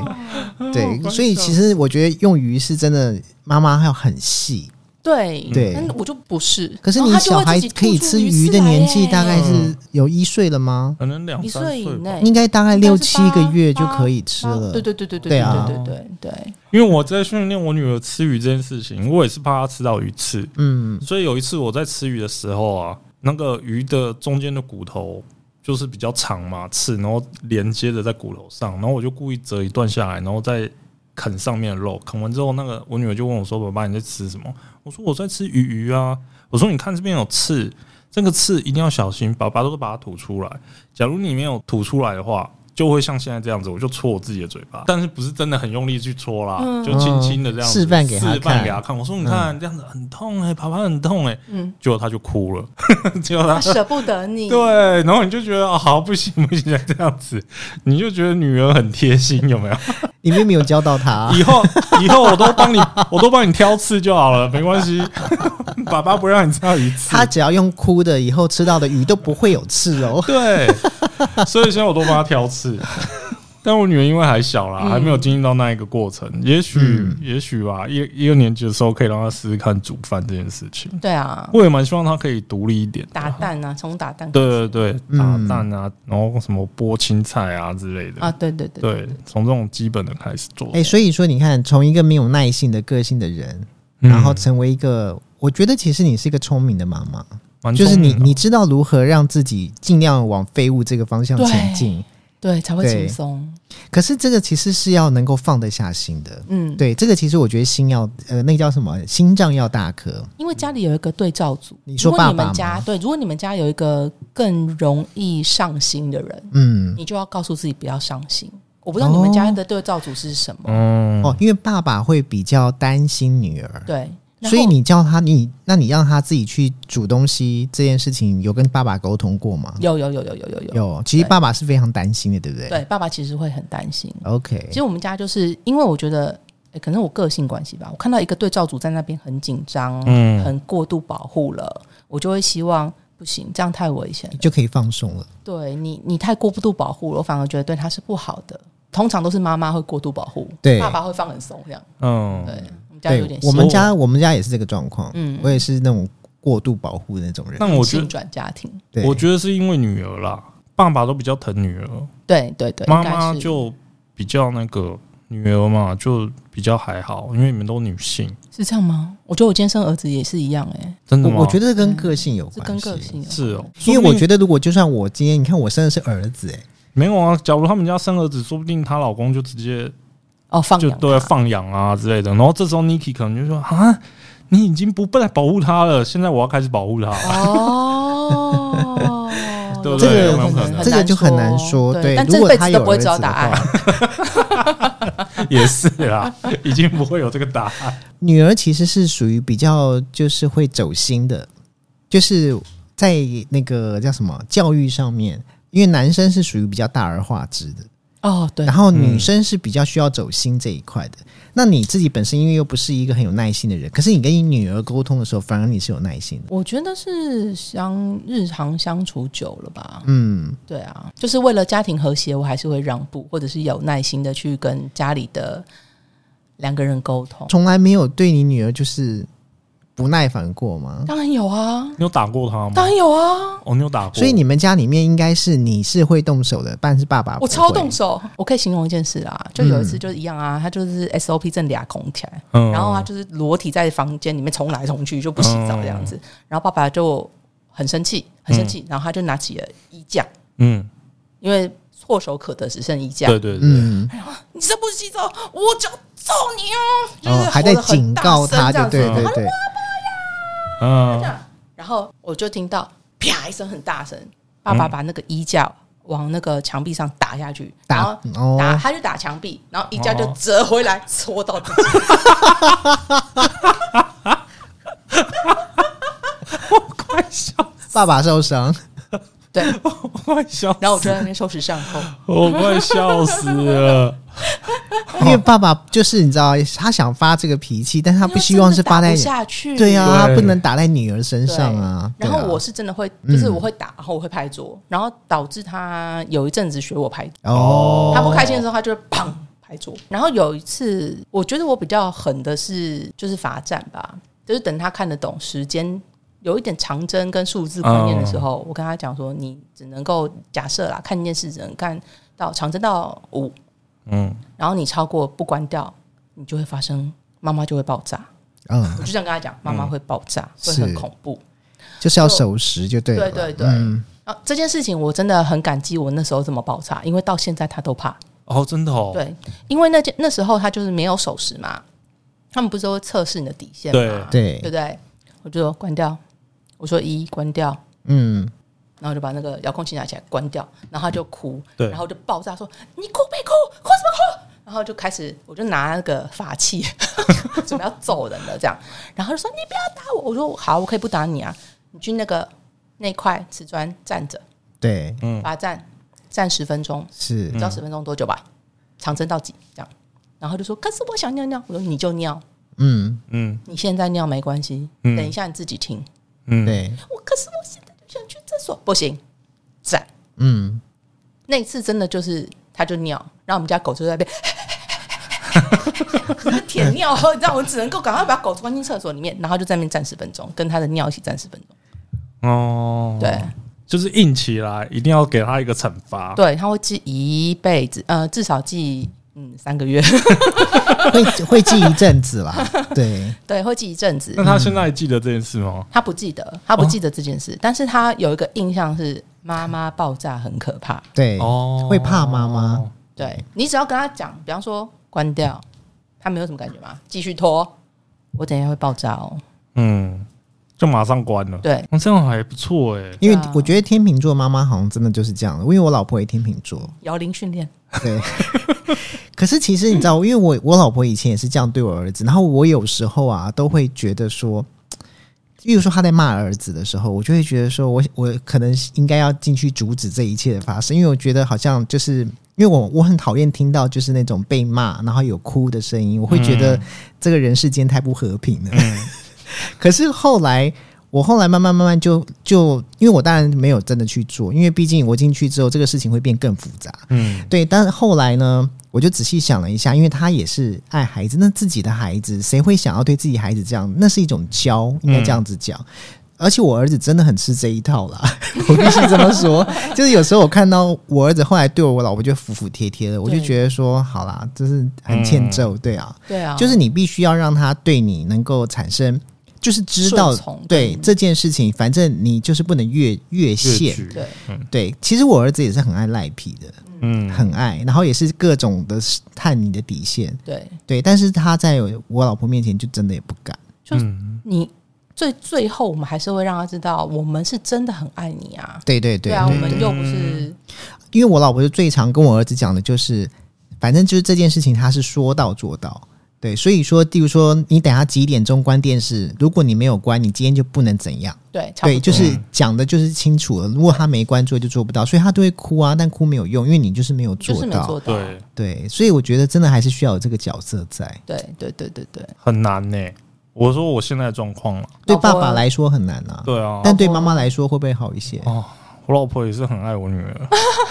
[SPEAKER 1] 对，所以其实我觉得用鱼是真的，妈妈要很细。
[SPEAKER 3] 对
[SPEAKER 1] 对
[SPEAKER 3] 但我就不是。
[SPEAKER 1] 可是
[SPEAKER 3] 然后
[SPEAKER 1] 你
[SPEAKER 3] 他哦就
[SPEAKER 1] 小
[SPEAKER 3] 会
[SPEAKER 1] 孩
[SPEAKER 3] 自己
[SPEAKER 1] 可以
[SPEAKER 3] 吐出
[SPEAKER 1] 吃
[SPEAKER 3] 鱼
[SPEAKER 1] 鱼
[SPEAKER 3] 刺
[SPEAKER 1] 的
[SPEAKER 3] 来
[SPEAKER 1] 年纪
[SPEAKER 3] 耶
[SPEAKER 1] 大概是有一岁了吗？
[SPEAKER 2] 可能两
[SPEAKER 3] 一
[SPEAKER 2] 三
[SPEAKER 3] 岁以
[SPEAKER 2] 岁吧
[SPEAKER 3] 内，
[SPEAKER 1] 应该大概六
[SPEAKER 3] 应该是
[SPEAKER 1] 七
[SPEAKER 3] 八
[SPEAKER 1] 个月就
[SPEAKER 3] 八
[SPEAKER 1] 可以吃了。
[SPEAKER 3] 对对对对对
[SPEAKER 1] 对
[SPEAKER 3] 对
[SPEAKER 1] 啊
[SPEAKER 3] 对对对对。
[SPEAKER 2] 因为我在训练我女儿吃鱼这件事情，我也是怕她吃到鱼刺，
[SPEAKER 1] 嗯，
[SPEAKER 2] 所以有一次我在吃鱼的时候啊，那个鱼的中间的骨头就是比较长嘛，刺，然后连接的在骨头上，然后我就故意折一段下来，然后再啃上面的肉。啃完之后，那个我女儿就问我说：“爸爸，你在吃什么？”我说：“我在吃鱼鱼啊。”我说：“你看这边有刺，这个刺一定要小心，爸爸都把它吐出来。假如你没有吐出来的话。”就会像现在这样子，我就戳我自己的嘴巴，但是不是真的很用力去戳啦，就轻轻的这样子
[SPEAKER 1] 嗯示范给她
[SPEAKER 2] 示范
[SPEAKER 1] 看
[SPEAKER 2] 给她看。我说你看、这样子很痛哎、爸爸很痛哎、
[SPEAKER 3] 嗯，
[SPEAKER 2] 结果他就哭了，结果他
[SPEAKER 3] 他舍不得你，
[SPEAKER 2] 对，然后你就觉得哦，好不行不行，这样子，你就觉得女儿很贴心，有 没有？
[SPEAKER 1] 你并没有教到他、
[SPEAKER 2] 以后以后我都帮你，我都帮你挑刺就好了，没关系， 爸爸不让你吃到鱼刺
[SPEAKER 1] 他。只要用哭的，以后吃到的鱼都不会有刺 哦。
[SPEAKER 2] 对，所以现在我都帮他挑 刺。但我女儿因为还小
[SPEAKER 3] 嗯
[SPEAKER 2] 啦，还没有经历到那一个过程，也许、
[SPEAKER 1] 嗯
[SPEAKER 2] 也许吧，一一二年级的时候可以让她试试看煮饭这件事情。
[SPEAKER 3] 对啊，
[SPEAKER 2] 我也蛮希望她可以独立一点的，
[SPEAKER 3] 打蛋啊，从打蛋开
[SPEAKER 2] 对
[SPEAKER 3] 始
[SPEAKER 2] 对对，打
[SPEAKER 1] 嗯
[SPEAKER 2] 蛋啊，然后什么剥青菜啊之类的。
[SPEAKER 3] 啊，对对对，
[SPEAKER 2] 对，从这种基本的开始做。
[SPEAKER 1] 哎、所以说你看，从一个没有耐性的个性的人，
[SPEAKER 2] 嗯
[SPEAKER 1] 然后成为一个，我觉得其实你是一个聪明的妈妈，
[SPEAKER 2] 蛮
[SPEAKER 1] 就是
[SPEAKER 2] 嗯聪
[SPEAKER 1] 你
[SPEAKER 2] 明的
[SPEAKER 1] 你知道如何让自己尽量往废物这个方向前进。
[SPEAKER 3] 对才会
[SPEAKER 1] 对
[SPEAKER 3] 轻松。
[SPEAKER 1] 可是这个其实是要能够放得下心的。
[SPEAKER 3] 嗯，
[SPEAKER 1] 对，这个其实我觉得心要呃，那个叫什么？心脏要大颗。
[SPEAKER 3] 因为家里有一个对照组，
[SPEAKER 1] 你说
[SPEAKER 3] 如果
[SPEAKER 1] 爸爸
[SPEAKER 3] 你们家
[SPEAKER 1] 吗
[SPEAKER 3] 对，如果你们家有一个更容易上心的人，
[SPEAKER 1] 嗯，
[SPEAKER 3] 你就要告诉自己不要上心。我不知道你们家的对照组是什么，
[SPEAKER 2] 嗯
[SPEAKER 1] 哦，因为爸爸会比较担心女儿，
[SPEAKER 3] 对，
[SPEAKER 1] 哦
[SPEAKER 3] 然后
[SPEAKER 1] 所以你叫他，你那你让他自己去煮东西这件事情，有跟爸爸沟通过吗？
[SPEAKER 3] 有有有有有有有
[SPEAKER 1] 有，其实
[SPEAKER 3] 对
[SPEAKER 1] 爸爸是非常担心的，对不对？
[SPEAKER 3] 对，爸爸其实会很担心。
[SPEAKER 1] ，OK，
[SPEAKER 3] 其实我们家就是因为我觉得，诶可能我个性关系吧，我看到一个对照组在那边很紧张，
[SPEAKER 2] 嗯
[SPEAKER 3] 很过度保护了，我就会希望。不行，这样太危险了。
[SPEAKER 1] 就可以放松了。
[SPEAKER 3] 对你，你太过度保护了，我反而觉得对他是不好的。通常都是妈妈会过度保护，
[SPEAKER 1] 对
[SPEAKER 3] 爸爸会放很松，这样。
[SPEAKER 2] 嗯，
[SPEAKER 3] 对，我们家有
[SPEAKER 1] 对
[SPEAKER 3] 点，
[SPEAKER 1] 我们
[SPEAKER 3] 性
[SPEAKER 1] 家我们家也是这个状况，
[SPEAKER 3] 嗯
[SPEAKER 1] 我也是那种过度保护的那种人。
[SPEAKER 2] 但我觉
[SPEAKER 3] 性
[SPEAKER 2] 得，
[SPEAKER 3] 转家庭，
[SPEAKER 1] 对，
[SPEAKER 2] 我觉得是因为女儿啦，爸爸都比较疼女儿，
[SPEAKER 3] 对对对，
[SPEAKER 2] 妈
[SPEAKER 3] 应该
[SPEAKER 2] 妈
[SPEAKER 3] 是
[SPEAKER 2] 就比较那个女儿嘛，就比较还好，因为你们都女性，
[SPEAKER 3] 是这样吗？我觉得我今天生儿子也是一样、哎，
[SPEAKER 2] 真的吗？
[SPEAKER 1] 我我觉
[SPEAKER 2] 得
[SPEAKER 1] 得跟个性有
[SPEAKER 3] 是
[SPEAKER 1] 关
[SPEAKER 3] 跟
[SPEAKER 1] 系，
[SPEAKER 3] 个性有
[SPEAKER 2] 是哦，
[SPEAKER 3] 嗯
[SPEAKER 1] 因为我觉
[SPEAKER 2] 得
[SPEAKER 1] 得如果就算我今天，你看我生的是儿子、哎，
[SPEAKER 2] 没有啊。假如他们家生儿子，说不定她老公就直接
[SPEAKER 3] 哦，放
[SPEAKER 2] 就
[SPEAKER 3] 养
[SPEAKER 2] 对
[SPEAKER 3] 他
[SPEAKER 2] 放养啊之类的。然后这时候 Niki 可能就说啊，你已经不再保护他了，现在我要开始保护他 了。，
[SPEAKER 3] 哦
[SPEAKER 2] 对不
[SPEAKER 1] 这
[SPEAKER 2] 对
[SPEAKER 1] 个
[SPEAKER 2] 有没有可能
[SPEAKER 1] 这个就很难说。
[SPEAKER 3] 对，
[SPEAKER 1] 对，
[SPEAKER 3] 但
[SPEAKER 1] 如
[SPEAKER 3] 这
[SPEAKER 1] 果
[SPEAKER 3] 辈
[SPEAKER 1] 他
[SPEAKER 3] 子
[SPEAKER 1] 有
[SPEAKER 3] 都不会
[SPEAKER 1] 儿
[SPEAKER 3] 知
[SPEAKER 1] 子
[SPEAKER 3] 道
[SPEAKER 1] 的
[SPEAKER 3] 答
[SPEAKER 1] 话，
[SPEAKER 3] 案。
[SPEAKER 2] 也是啦，已经不会有这个答案。
[SPEAKER 1] 女儿其实是属于比较就是会走心的，就是在那个叫什么教育上面，因为男生是属于比较大而化之的，
[SPEAKER 3] 哦，对
[SPEAKER 1] 然，后
[SPEAKER 2] 嗯
[SPEAKER 1] 女生是比较需要走心这一块的。那你自己本身因为又不是一个很有耐心的人，可是你跟你女儿沟通的时候，反而你是有耐心的。
[SPEAKER 3] 我觉得是相日常相处久了吧，
[SPEAKER 1] 嗯，
[SPEAKER 3] 对啊，就是为了家庭和谐，我还是会让步，或者是有耐心的去跟家里的两个人沟通。
[SPEAKER 1] 从来没有对你女儿就是不耐烦过吗？
[SPEAKER 3] 当然有啊，
[SPEAKER 2] 你有打过他
[SPEAKER 3] 当
[SPEAKER 2] 吗？
[SPEAKER 3] 然有啊，
[SPEAKER 2] 哦，你有打过，
[SPEAKER 1] 所以你们家里面应该是你是会动手的，但是爸爸不
[SPEAKER 3] 我
[SPEAKER 1] 会嗯
[SPEAKER 3] 超动手。我可以形容一件事啦，就有一次就是一样啊，他就是 SOP 正俩拱起来，
[SPEAKER 2] 嗯
[SPEAKER 3] 然后他啊就是裸体在房间里面冲来冲去，就不洗澡这样子。
[SPEAKER 1] 嗯
[SPEAKER 3] 然后爸爸就很生气，很生气，然后他就拿起了衣架，
[SPEAKER 2] 嗯，
[SPEAKER 3] 因为唾手可得只剩衣架。
[SPEAKER 2] 对对对，
[SPEAKER 1] 嗯，
[SPEAKER 3] 你再不洗澡，我就揍你哦！就是、
[SPEAKER 1] 哦，还在警告他，就对
[SPEAKER 2] 样子
[SPEAKER 1] 对 对，
[SPEAKER 2] 嗯，
[SPEAKER 3] 然后我就听到啪一声很大声，爸爸把那个衣架往那个墙壁上打下去，然后
[SPEAKER 1] 打哦，
[SPEAKER 3] 打，他就打墙壁，然后一架就折回来戳到自己。
[SPEAKER 2] 快笑，
[SPEAKER 1] 爸爸受伤，
[SPEAKER 3] 对，
[SPEAKER 2] 我快笑，
[SPEAKER 3] 然后我就在那边收拾善后。
[SPEAKER 2] 我快笑死了。
[SPEAKER 1] 因为爸爸就是你知道，他想发这个脾气，但是他不希望是发在
[SPEAKER 3] 因为真的打不下去，
[SPEAKER 1] 对呀、
[SPEAKER 2] 对
[SPEAKER 1] 他不能打在女儿身
[SPEAKER 3] 对
[SPEAKER 1] 上啊。
[SPEAKER 3] 然
[SPEAKER 1] 对啊
[SPEAKER 3] 后我是真的会，就是我会打，然后我会拍桌，然后导致他有一阵子学我拍桌。
[SPEAKER 1] 哦，
[SPEAKER 3] 他不开心的时候，他就会砰拍桌。然后有一次，我觉得我比较狠的是，就是罚站吧，就是等他看得懂时间。有一点长针跟数字观念的时候，我跟他讲说，你只能够假设啦，看一件事只能看到长针到五，
[SPEAKER 2] 嗯，
[SPEAKER 3] 然后你超过不关掉，你就会发生妈妈就会爆炸。
[SPEAKER 1] 嗯，
[SPEAKER 3] 我就这样跟他讲，妈妈会爆炸，会
[SPEAKER 1] 是
[SPEAKER 3] 很恐怖。
[SPEAKER 1] 就是要守时就对了。
[SPEAKER 3] 对对对。啊，这件事情我真的很感激我那时候这么爆炸，因为到现在他都怕。
[SPEAKER 2] 哦，真的哦，
[SPEAKER 3] 对，因为那件那时候他就是没有守时嘛，他们不是都会测试你的底线嘛，
[SPEAKER 1] 对
[SPEAKER 3] 对不对？我就说关掉，我说一关掉，
[SPEAKER 1] 嗯，
[SPEAKER 3] 然后就把那个遥控器拿起来关掉，然后他就哭，
[SPEAKER 2] 对
[SPEAKER 3] 然后就爆炸说你哭没哭，哭什么哭？然后就开始，我就拿那个法器， 准备要揍人了，这样。然后就说你不要打我，我说好，我可以不打你啊，你去那个那块瓷砖站着，
[SPEAKER 1] 对
[SPEAKER 2] 嗯
[SPEAKER 3] 罚站站十分钟，
[SPEAKER 1] 是
[SPEAKER 3] 你知道十分钟多久吧？长针到几这样？然后就说可是我想尿尿，我说你就尿，
[SPEAKER 1] 嗯
[SPEAKER 2] 嗯
[SPEAKER 3] 你现在尿没关系，
[SPEAKER 2] 嗯
[SPEAKER 3] 等一下你自己听。
[SPEAKER 2] 嗯，
[SPEAKER 1] 对
[SPEAKER 3] 我可是我现在就想去厕所，不行，站。
[SPEAKER 1] 嗯，
[SPEAKER 3] 那一次真的就是，他就尿，然后我们家狗就在那边 就是舔尿，你知道，我只能够赶快把狗关进厕所里面，然后就在那边站十分钟，跟他的尿一起站十分钟。
[SPEAKER 2] 哦，
[SPEAKER 3] 对、，
[SPEAKER 2] 就是硬起来，一定要给他一个惩罚。
[SPEAKER 3] 对，他会记一辈子，呃，至少记嗯三个月，
[SPEAKER 1] 会会记一阵子啦。对，
[SPEAKER 3] 对，会记一阵子
[SPEAKER 2] 那。他现在还记得这件事吗？
[SPEAKER 3] 他不记得，他不记得这件
[SPEAKER 1] 哦
[SPEAKER 3] 事，但是他有一个印象是妈妈爆炸很可怕。
[SPEAKER 1] 对，
[SPEAKER 2] 哦，
[SPEAKER 1] 会怕妈妈。
[SPEAKER 3] 对你只要跟他讲，比方说关掉，他没有什么感觉嘛，继续拖，我等一下会爆炸哦。
[SPEAKER 2] 嗯，就马上关了。
[SPEAKER 3] 对，
[SPEAKER 2] 哦，这样还不错哎。
[SPEAKER 1] 因为
[SPEAKER 3] 对啊
[SPEAKER 1] 我觉得天秤座妈妈好像真的就是这样的，因为我老婆也天秤座，
[SPEAKER 3] 摇铃训练，
[SPEAKER 1] 对。 可是其实你知道，因为我我老婆以前也是这样对我儿子，然后我有时候啊都会觉得说，比如说他在骂儿子的时候，我就会觉得说我我可能应该要进去阻止这一切的发生，因为我觉得好像就是。因为我我很讨厌听到就是那种被骂然后有哭的 声音，我会觉得这个人世间太不和平了。可是后来我后来慢慢慢慢就就，因为我当然没有真的去做，因为毕竟我进去之后，这个事情会变更复杂。
[SPEAKER 2] 嗯，
[SPEAKER 1] 对，但是后来呢，我就仔细想了一下，因为他也是爱孩子，那自己的孩子，谁会想要对自己孩子这样？那是一种教，应该这样子讲。而且我儿子真的很吃这一套啦， 我必须这么 说。就是有时候我看到我儿子后来对我老婆就服服帖帖的，我就
[SPEAKER 3] 对
[SPEAKER 1] 觉得说，好啦，这是很欠揍，对啊。
[SPEAKER 3] 对啊，
[SPEAKER 1] 就是你必须要让他对你能够产生，就是知道
[SPEAKER 3] 顺从
[SPEAKER 1] 对
[SPEAKER 3] 嗯
[SPEAKER 1] 这件事情，反正你就是不能越越
[SPEAKER 2] 越
[SPEAKER 1] 线。
[SPEAKER 2] 剧，
[SPEAKER 3] 对，
[SPEAKER 1] 对，其实我儿子也是很爱赖皮的，
[SPEAKER 2] 嗯，
[SPEAKER 1] 很爱，然后也是各种的探你的底线。
[SPEAKER 3] 对，
[SPEAKER 1] 对，但是他在我老婆面前就真的也不敢。
[SPEAKER 3] 你最最后我们还是会让他知道，我们是真的很爱你啊。
[SPEAKER 1] 对对对
[SPEAKER 3] 对啊，我
[SPEAKER 1] 对
[SPEAKER 3] 们又不是
[SPEAKER 1] 因为我老婆就最常跟我儿子讲的就是，反正就是这件事情，他是说到做到。对，所以说，例如说，你等下几点钟关电视，如果你没有关，你今天就不能怎样。
[SPEAKER 3] 对，差不
[SPEAKER 1] 对，
[SPEAKER 3] 多
[SPEAKER 1] 就是讲的就是清楚了。如果他没关注，就做不到，所以他都会哭啊，但哭没有用，因为你就是没有
[SPEAKER 3] 就
[SPEAKER 1] 做
[SPEAKER 3] 是没
[SPEAKER 1] 到。
[SPEAKER 3] 做到。
[SPEAKER 2] 对，
[SPEAKER 1] 对，所以我觉得真的还是需要有这个角色在。
[SPEAKER 3] 对对对对对，
[SPEAKER 2] 很难欸呢、我说我现在的状况啊了，
[SPEAKER 1] 对
[SPEAKER 3] 老婆
[SPEAKER 1] 爸爸来说很难啊，
[SPEAKER 2] 对啊，
[SPEAKER 3] 哦
[SPEAKER 1] 但对妈妈来说会不会好一些？
[SPEAKER 2] 哦，我老婆也是很爱我女儿，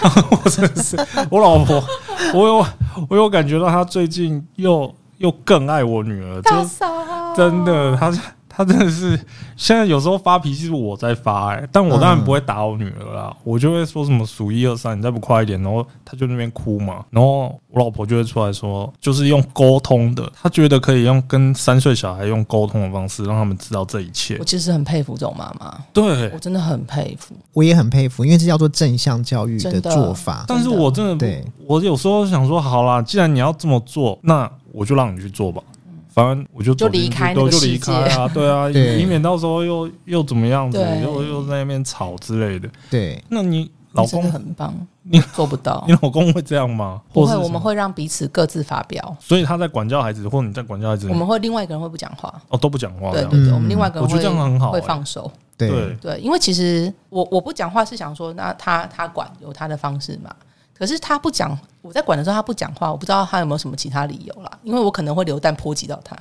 [SPEAKER 2] 我真的是，我老婆，我有我有感觉到她最近又又更爱我女儿，
[SPEAKER 3] 大
[SPEAKER 2] 就
[SPEAKER 3] 嫂
[SPEAKER 2] 真的，她她真的是现在有时候发脾气是我在发、哎，但我当然
[SPEAKER 1] 嗯
[SPEAKER 2] 不会打我女儿啦，我就会说什么数一二三，你再不快一点，然后她就那边哭嘛，然后我老婆就会出来说，就是用沟通的，她觉得可以用跟三岁小孩用沟通的方式让他们知道这一切
[SPEAKER 3] 我，其实很佩服这种妈妈，
[SPEAKER 2] 对
[SPEAKER 3] 我，真的很佩服。
[SPEAKER 1] 我也很佩服，因为这叫做正向教育的
[SPEAKER 3] 真的
[SPEAKER 1] 做法。
[SPEAKER 2] 但是
[SPEAKER 3] 真的
[SPEAKER 2] 我真的不
[SPEAKER 1] 对
[SPEAKER 2] 我有时候想说，好啦，既然你要这么做，那我就让你去做吧。反正我就走进去
[SPEAKER 3] 就离开
[SPEAKER 2] 对
[SPEAKER 3] 那个
[SPEAKER 2] 我就离开啊，对啊，
[SPEAKER 1] 嗯 对
[SPEAKER 2] 以免到时候又又怎么样子，
[SPEAKER 3] 对
[SPEAKER 2] 又又在那边吵之类的。
[SPEAKER 1] 对，
[SPEAKER 2] 那你老
[SPEAKER 3] 真
[SPEAKER 2] 公
[SPEAKER 3] 的，很棒，
[SPEAKER 2] 你
[SPEAKER 3] 做不到
[SPEAKER 2] 你，老公会这样吗？
[SPEAKER 3] 不
[SPEAKER 2] 或是
[SPEAKER 3] 会，
[SPEAKER 2] 什么
[SPEAKER 3] 我们，会让彼此各自发表，
[SPEAKER 2] 所以他在管教孩子，或者你在管教孩子，
[SPEAKER 3] 我们会另外一个人会不讲话，
[SPEAKER 2] 哦都不讲话这
[SPEAKER 3] 对
[SPEAKER 2] 样，
[SPEAKER 3] 对对，
[SPEAKER 1] 嗯
[SPEAKER 3] 我们另外一个
[SPEAKER 2] 我
[SPEAKER 3] 人
[SPEAKER 2] 觉得这样很
[SPEAKER 3] 会
[SPEAKER 2] 好
[SPEAKER 3] 会
[SPEAKER 2] 欸
[SPEAKER 3] 放手，
[SPEAKER 1] 对，
[SPEAKER 2] 对
[SPEAKER 3] 对，因为其实我我不讲话是想说，那他他管有他的方式嘛。可是他不讲，我在管的时候他不讲话，我不知道他有没有什么其他理由啦，因为我可能会流弹波及到 他。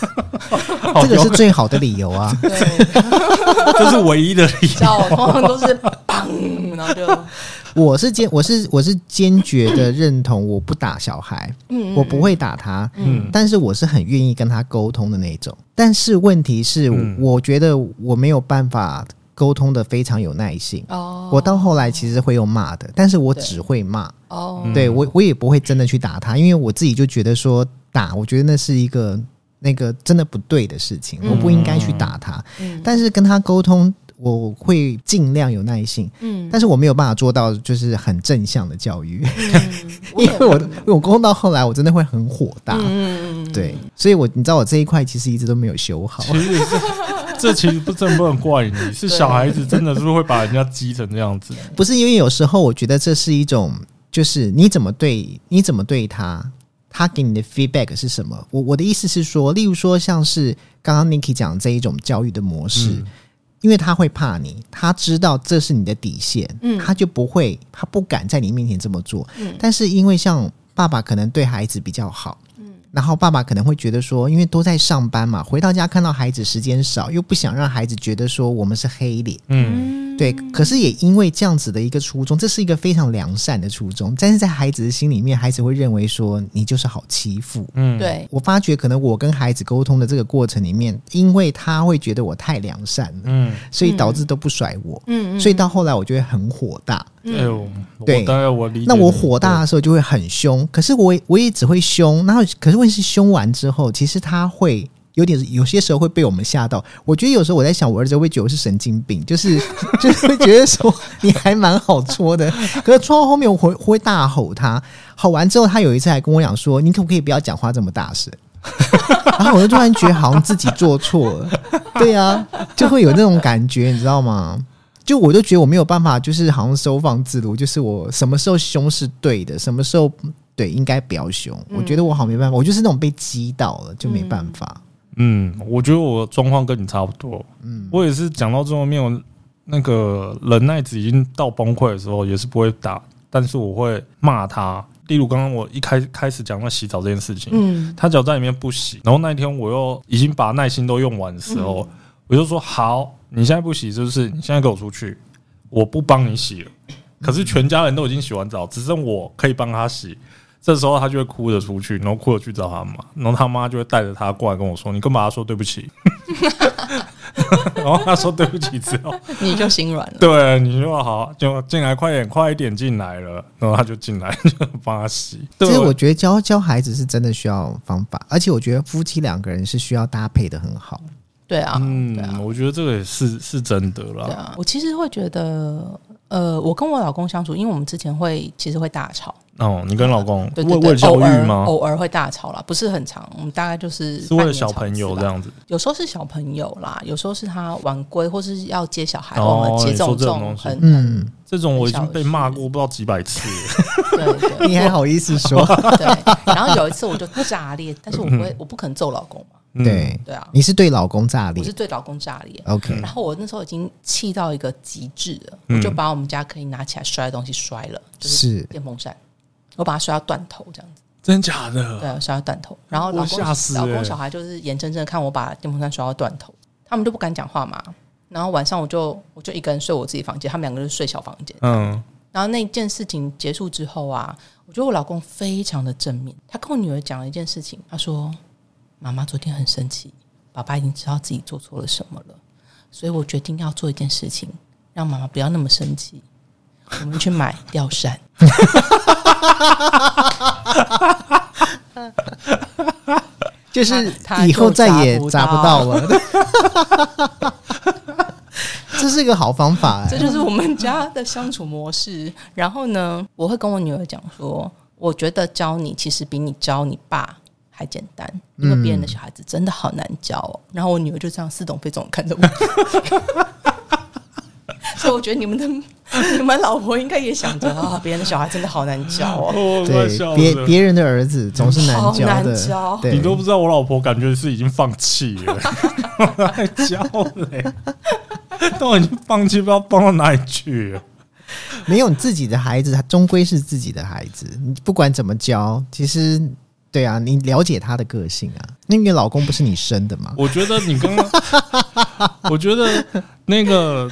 [SPEAKER 1] 这个是最好的理由啊。
[SPEAKER 3] 对，
[SPEAKER 2] 这是唯一的理 由。
[SPEAKER 3] 叫我通常都是砰，然后 就
[SPEAKER 1] 我是坚，我是我是坚决的认同，我不打小孩，
[SPEAKER 3] 嗯，
[SPEAKER 1] 我不会打他，
[SPEAKER 2] 嗯，
[SPEAKER 1] 但是我是很愿意跟他沟通的那种。但是问题是，
[SPEAKER 2] 嗯
[SPEAKER 1] 我觉得我没有办法沟通的非常有耐心。
[SPEAKER 3] 哦
[SPEAKER 1] 我到后来其实会用骂的，但是我只会骂，
[SPEAKER 3] 哦，
[SPEAKER 2] 嗯
[SPEAKER 1] 对我我也不会真的去打他，因为我自己就觉得说打，我觉得那是一个那个真的不对的事情，我不应该去打他。
[SPEAKER 3] 嗯
[SPEAKER 1] 但是跟他沟通，我会尽量有耐心，
[SPEAKER 3] 嗯，
[SPEAKER 1] 但是我没有办法做到就是很正向的教育，
[SPEAKER 3] 嗯 我
[SPEAKER 1] 因
[SPEAKER 3] 也
[SPEAKER 1] 为我因为我沟通到后来，我真的会很火大。
[SPEAKER 3] 嗯嗯，
[SPEAKER 1] 对，所以我你知道我这一块其实一直都没有修 好，
[SPEAKER 2] 其实也是，这其实不真的不能怪你，是小孩子真的是会把人家激成这样子。
[SPEAKER 1] 不是因为有时候我觉得这是一种，就是你怎么对你怎么对他，他给你的 feedback 是什么？我我的意思是说，例如说像是刚刚 Niki 讲这一种教育的模式。
[SPEAKER 2] 嗯
[SPEAKER 1] 因为他会怕你，他知道这是你的底线，
[SPEAKER 3] 嗯
[SPEAKER 1] 他就不会，他不敢在你面前这么做。
[SPEAKER 3] 嗯
[SPEAKER 1] 但是因为像爸爸可能对孩子比较好，
[SPEAKER 3] 嗯
[SPEAKER 1] 然后爸爸可能会觉得说，因为都在上班嘛，回到家看到孩子时间少，又不想让孩子觉得说我们是黑脸，
[SPEAKER 2] 嗯，
[SPEAKER 1] 对，可是也因为这样子的一个初衷，这是一个非常良善的初衷，但是在孩子的心里面，孩子会认为说你就是好欺负。
[SPEAKER 2] 嗯，
[SPEAKER 3] 对，
[SPEAKER 1] 我发觉，可能我跟孩子沟通的这个过程里面，因为他会觉得我太良善了，
[SPEAKER 2] 嗯。
[SPEAKER 1] 所以导致都不甩我，
[SPEAKER 3] 嗯嗯，
[SPEAKER 1] 所以到后来我就会很火大。
[SPEAKER 2] 哎呦，我
[SPEAKER 1] 对
[SPEAKER 2] 当然我理解你。
[SPEAKER 1] 那我火大的时候就会很凶，可是我也我也只会凶，然后可是问题是凶完之后，其实他会。有点，有些时候会被我们吓到。我觉得有时候我在想，我儿子会觉得我是神经病，就是 就是会觉得说你还蛮好戳的。可是戳到后面我会我会大吼他，吼完之后，他有一次还跟我讲说：“你可不可以不要讲话这么大声？” 然后我就突然觉得好像自己做错了，对啊，就会有那种感觉，你知道吗？就我就觉得我没有办法，就是好像收放自如，就是我什么时候凶是对的，什么时候嗯对应该不要凶。我觉得我好没办法，我就是那种被激到了就没办法。
[SPEAKER 2] 嗯，我觉得我状况跟你差不多。嗯，我也是讲到最后面，我那个忍耐值已经到崩溃的时候，也是不会打，但是我会骂他。例如刚刚我一开开始讲到洗澡这件事情，
[SPEAKER 3] 嗯
[SPEAKER 2] 他脚在里面不洗，然后那一天我又已经把耐心都用完的时候，我就说好，你现在不洗就是你现在给我出去，我不帮你洗了。可是全家人都已经洗完澡，只剩我可以帮他洗。这时候他就会哭着出去，然后哭着去找他妈，然后他妈就会带着他过来跟我说：“你干嘛说对不 起？”然后他说对不起之后，
[SPEAKER 3] 你就心软了。
[SPEAKER 2] 嗯对，你就好，就进来快点，快一点进来了，然后他就进来就帮他洗。
[SPEAKER 1] 其
[SPEAKER 2] 对
[SPEAKER 1] 实我觉得教教孩子是真的需要方法，而且我觉得夫妻两个人是需要搭配的很好。
[SPEAKER 3] 对啊，对啊
[SPEAKER 2] 嗯，，我觉得这个也是是真的
[SPEAKER 3] 对
[SPEAKER 2] 啦。
[SPEAKER 3] 啊。我其实会觉得，呃，我跟我老公相处，因为我们之前会其实会大吵，
[SPEAKER 2] 哦，你跟老公
[SPEAKER 3] 对
[SPEAKER 2] 为
[SPEAKER 3] 对
[SPEAKER 2] 为了
[SPEAKER 3] 对，
[SPEAKER 2] 教
[SPEAKER 3] 偶
[SPEAKER 2] 育
[SPEAKER 3] 尔
[SPEAKER 2] 吗？
[SPEAKER 3] 偶尔会大吵啦，不是很长，我们大概就是
[SPEAKER 2] 是为了
[SPEAKER 3] 半年吵
[SPEAKER 2] 小朋友
[SPEAKER 3] 一次吧
[SPEAKER 2] 这，样子？
[SPEAKER 3] 有时候是小朋友啦，有时候是他晚归或是要接小孩，
[SPEAKER 2] 哦
[SPEAKER 3] 我们接这种
[SPEAKER 2] 你说这种
[SPEAKER 3] 种
[SPEAKER 2] 东西
[SPEAKER 3] 很
[SPEAKER 1] 嗯，
[SPEAKER 2] 这种我已经被骂过不知道几百次了。
[SPEAKER 3] 对 对
[SPEAKER 1] 你还好意思说？
[SPEAKER 3] 对。然后有一次我就炸裂，但是我不会，我不可能揍老公嘛，
[SPEAKER 2] 嗯，
[SPEAKER 1] 对，
[SPEAKER 3] 对啊，
[SPEAKER 1] 你是对老公炸
[SPEAKER 3] 我是嗯
[SPEAKER 1] 裂
[SPEAKER 3] 对老公炸裂。
[SPEAKER 1] ？OK，
[SPEAKER 3] 然后我那时候已经气到一个极致了，
[SPEAKER 2] 嗯
[SPEAKER 3] 我就把我们家可以拿起来摔的东西摔了，就是
[SPEAKER 1] 是
[SPEAKER 3] 电风扇，我把它摔到断头这样子，
[SPEAKER 2] 真假的？
[SPEAKER 3] 对，啊摔到断头。然后
[SPEAKER 2] 啊我
[SPEAKER 3] 老
[SPEAKER 2] 吓死
[SPEAKER 3] 公
[SPEAKER 2] 欸
[SPEAKER 3] 老公小孩就是眼睁睁地看我把电风扇摔到断头，他们就不敢讲话嘛。然后晚上我就我就一个人睡我自己房间，他们两个人睡小房间。
[SPEAKER 2] 嗯，
[SPEAKER 3] 然后那件事情结束之后啊，我觉得我老公非常的正面，他跟我女儿讲了一件事情，他说：“妈妈昨天很生气，爸爸已经知道自己做错了什么了，所以我决定要做一件事情，让妈妈不要那么生气。我们去买吊扇。
[SPEAKER 1] 就是
[SPEAKER 3] 他他
[SPEAKER 1] 以后
[SPEAKER 3] 就
[SPEAKER 1] 再
[SPEAKER 3] 砸
[SPEAKER 1] 也
[SPEAKER 3] 不
[SPEAKER 1] 砸不到
[SPEAKER 3] 到
[SPEAKER 1] 了。 这是个好方法、
[SPEAKER 3] 这
[SPEAKER 1] 哎，
[SPEAKER 3] 就是我们家的相处模式。然后呢，我会跟我女儿讲说，我觉得教你其实比你教你爸还简单，因为
[SPEAKER 2] 嗯
[SPEAKER 3] 别人的小孩子真的好难教哦。然后我女儿就这样似懂非懂地看着我。 所以我觉得你们的你们老婆应该也想着啊，别人的小孩真的好难教哦。
[SPEAKER 2] 我快笑
[SPEAKER 1] 对，别
[SPEAKER 2] 死了。
[SPEAKER 1] 别人的儿子总是难
[SPEAKER 3] 好
[SPEAKER 1] 教
[SPEAKER 3] 难
[SPEAKER 1] 的，
[SPEAKER 3] 教
[SPEAKER 1] 对，
[SPEAKER 2] 你都不知道，我老婆感觉是已经放弃了，还教嘞，都已经放弃，不知道放到哪里去了。
[SPEAKER 1] 没有你自己的孩子，他终归是自己的孩子，你不管怎么教，其实对啊，你了解他的个性啊。那你老公不是你生的吗？
[SPEAKER 2] 我觉得你刚刚， 我觉得那个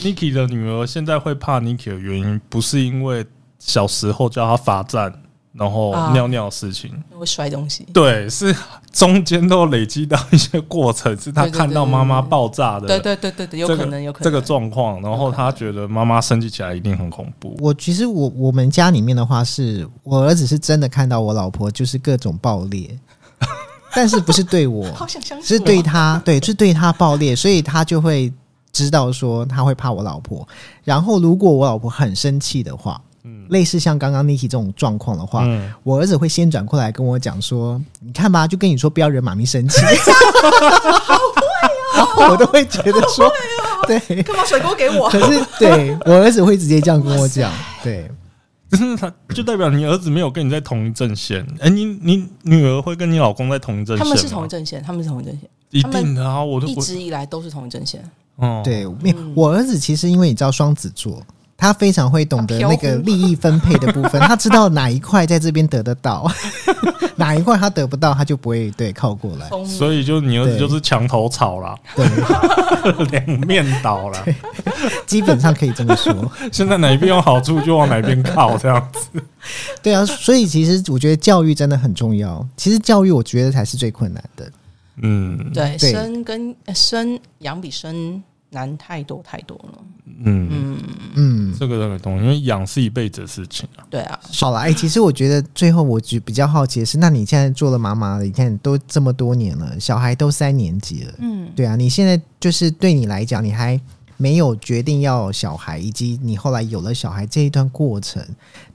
[SPEAKER 2] Niki 的女儿现在会怕 Niki 的原因，不是因为小时候叫她罚站，然后
[SPEAKER 3] 啊
[SPEAKER 2] 尿尿的事情，
[SPEAKER 3] 会摔东西，
[SPEAKER 2] 对，是中间都累积到一些过程，是她
[SPEAKER 3] 对对对
[SPEAKER 2] 看到妈妈爆炸的，
[SPEAKER 3] 对对对对对，有
[SPEAKER 2] 这个
[SPEAKER 3] 可能有可
[SPEAKER 2] 这
[SPEAKER 3] 能
[SPEAKER 2] 个状况，然后她觉得妈妈生气起来一定很恐怖。
[SPEAKER 1] 我其实我我们家里面的话是，我儿子是真的看到我老婆就是各种爆裂，但是不是对我，
[SPEAKER 3] 好想相信
[SPEAKER 1] 是对
[SPEAKER 3] 哦
[SPEAKER 1] 他，对，是对他爆裂，所以他就会知道说他会怕我老婆。然后如果我老婆很生气的话，
[SPEAKER 2] 嗯
[SPEAKER 1] 类似像刚刚 Niki 这种状况的话，
[SPEAKER 2] 嗯，
[SPEAKER 1] 我儿子会先转过来跟我讲说：“你看吧，就跟你说不要惹妈咪生 气。”然后 我都会觉得说，
[SPEAKER 2] 哦
[SPEAKER 1] 对，
[SPEAKER 3] 干嘛甩锅给 我？
[SPEAKER 1] 可是对我儿子会直接这样跟我讲，对，
[SPEAKER 2] 就是他就代表你儿子没有跟你在同一阵线。哎、你你女儿会跟你老公在同一阵线
[SPEAKER 3] 他
[SPEAKER 2] 吗？
[SPEAKER 3] 们是同一阵线，他们是同一阵线，
[SPEAKER 2] 一
[SPEAKER 3] 他们
[SPEAKER 2] 定的啊，我都
[SPEAKER 3] 一
[SPEAKER 2] 不
[SPEAKER 3] 直以来都是同一阵线。
[SPEAKER 2] 哦，
[SPEAKER 1] 对，
[SPEAKER 3] 嗯
[SPEAKER 1] 没有我儿子其实因为你知道双子座，他非常会懂得
[SPEAKER 3] 他飘
[SPEAKER 1] 那
[SPEAKER 3] 忽
[SPEAKER 1] 个利益分配的部 分，他知道哪一块在这边得得到，哪一块他得不到，他就不会对靠过来。
[SPEAKER 3] 疯
[SPEAKER 2] 所以就你儿子
[SPEAKER 1] 对
[SPEAKER 2] 就是墙头草 啦，
[SPEAKER 1] 对，
[SPEAKER 2] 两面倒啦。
[SPEAKER 1] 基本上可以这么 说。
[SPEAKER 2] 现在哪一边有好处就往哪边靠，这样子。
[SPEAKER 1] 对啊，所以其实我觉得教育真的很重要。其实教育我觉得才是最困难的。
[SPEAKER 2] 嗯
[SPEAKER 3] 对，
[SPEAKER 1] 对
[SPEAKER 3] 生跟呃生养比生难太多太多了。
[SPEAKER 2] 嗯，
[SPEAKER 1] 嗯，
[SPEAKER 2] 这个这个东西，因为养是一辈子的事情啊。
[SPEAKER 3] 对啊，
[SPEAKER 1] 好啦，哎、其实我觉得最后我就比较好奇的是，那你现在做了妈妈了，你看都这么多年了，小孩都三年级了，
[SPEAKER 3] 嗯，
[SPEAKER 1] 对啊，你现在就是对你来讲，你还没有决定要有小孩，以及你后来有了小孩这一段过程，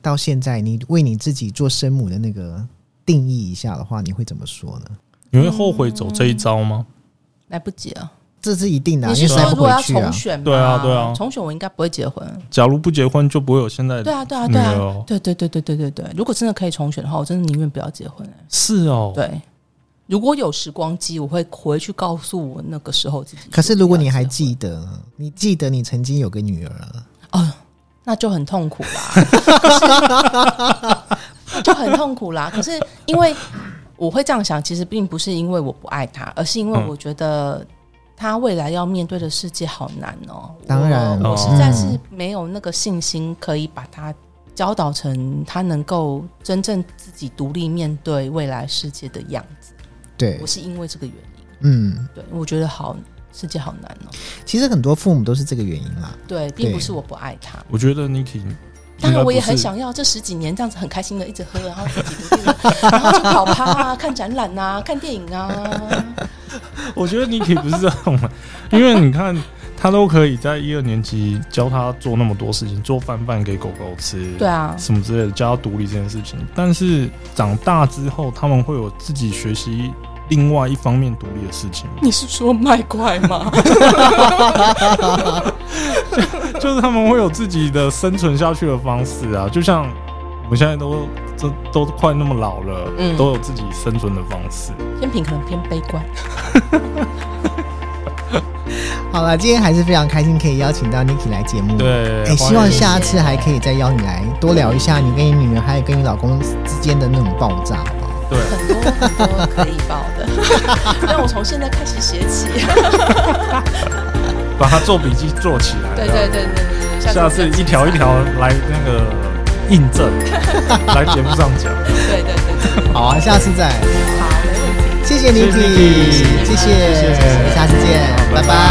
[SPEAKER 1] 到现在你为你自己做生母的那个定义一下的话，你会怎么说呢？
[SPEAKER 2] 你会后悔走
[SPEAKER 3] 嗯
[SPEAKER 2] 这一招吗？
[SPEAKER 3] 来不及了。
[SPEAKER 1] 这是一定的、啊，
[SPEAKER 3] 你
[SPEAKER 1] 因为
[SPEAKER 3] 是说
[SPEAKER 1] 塞不
[SPEAKER 3] 如果
[SPEAKER 1] 回
[SPEAKER 3] 要
[SPEAKER 1] 去啊
[SPEAKER 3] 重。选吗？
[SPEAKER 2] 对啊对啊呃
[SPEAKER 3] 重选我应该不会结婚。
[SPEAKER 2] 假如不结婚，就不会有现在
[SPEAKER 3] 对啊，对啊，
[SPEAKER 2] 女
[SPEAKER 3] 对
[SPEAKER 2] 儿
[SPEAKER 3] 啊
[SPEAKER 2] 哦，
[SPEAKER 3] 对对对对对对对。如果真的可以重选的话，我真的宁愿不要结婚、欸。
[SPEAKER 2] 是哦。
[SPEAKER 3] 对，如果有时光机，我会回去告诉我那个时候自己。
[SPEAKER 1] 可是如果你还，记得，你记得你曾经有个女儿啊，
[SPEAKER 3] 哦那就很痛苦啦， 可是就很痛苦啦。可是因为我会这样想，其实并不是因为我不爱他，而是因为
[SPEAKER 2] 嗯
[SPEAKER 3] 我觉得他未来要面对的世界好难哦。
[SPEAKER 1] 当然
[SPEAKER 3] 我我实
[SPEAKER 2] 哦
[SPEAKER 3] 在是没有那个信心可以把他教导成他能够真正自己独立面对未来世界的样子。
[SPEAKER 1] 对
[SPEAKER 3] 我，是因为这个原因，
[SPEAKER 1] 嗯，
[SPEAKER 3] 对我觉得好世界好难哦。
[SPEAKER 1] 其实很多父母都是这个原因啦。
[SPEAKER 3] 对，并不
[SPEAKER 1] 对
[SPEAKER 3] 是我不爱他，
[SPEAKER 2] 我觉得 Niki，
[SPEAKER 3] 当然，我也很想要这十几年这样子很开心的一直喝，啊然后自己独立，然后去跑趴啊、看展览啊、看电影啊。
[SPEAKER 2] 我觉得 Niki 不是这种人，因为你看他都可以在一二年级教他做那么多事情，做饭饭给狗狗吃，
[SPEAKER 3] 对啊，
[SPEAKER 2] 什么之类的，教他独立这件事情。但是长大之后，他们会有自己学习另外一方面独立的事情，
[SPEAKER 3] 你是说卖乖 吗？
[SPEAKER 2] 就是他们会有自己的生存下去的方式啊。就像我们现在都都都快那么老了，
[SPEAKER 3] 嗯
[SPEAKER 2] 都有自己生存的方式。
[SPEAKER 3] 天平可能偏悲观。
[SPEAKER 1] 好了，今天还是非常开心可以邀请到 Niki 来节目。
[SPEAKER 2] 对，
[SPEAKER 1] 哎，
[SPEAKER 2] 欢迎
[SPEAKER 1] 希望下次还可以再邀你来多聊一下你跟你女儿还有跟你老公之间的那种爆炸，好不好？
[SPEAKER 2] 对
[SPEAKER 3] 很多很多可以报的， 让我从现在开始写起。
[SPEAKER 2] 把它做笔记做起来。
[SPEAKER 3] 对对对对对对，
[SPEAKER 2] 下次一条一。条来那个印证，来节目上讲。
[SPEAKER 3] 对对对 对，
[SPEAKER 1] 好啊，下次再来。
[SPEAKER 3] 好，没问题。
[SPEAKER 1] 谢谢 Niki，
[SPEAKER 2] 谢谢 Niki，
[SPEAKER 1] 谢谢
[SPEAKER 2] 谢谢
[SPEAKER 1] 下次见，
[SPEAKER 2] 好拜拜
[SPEAKER 1] 拜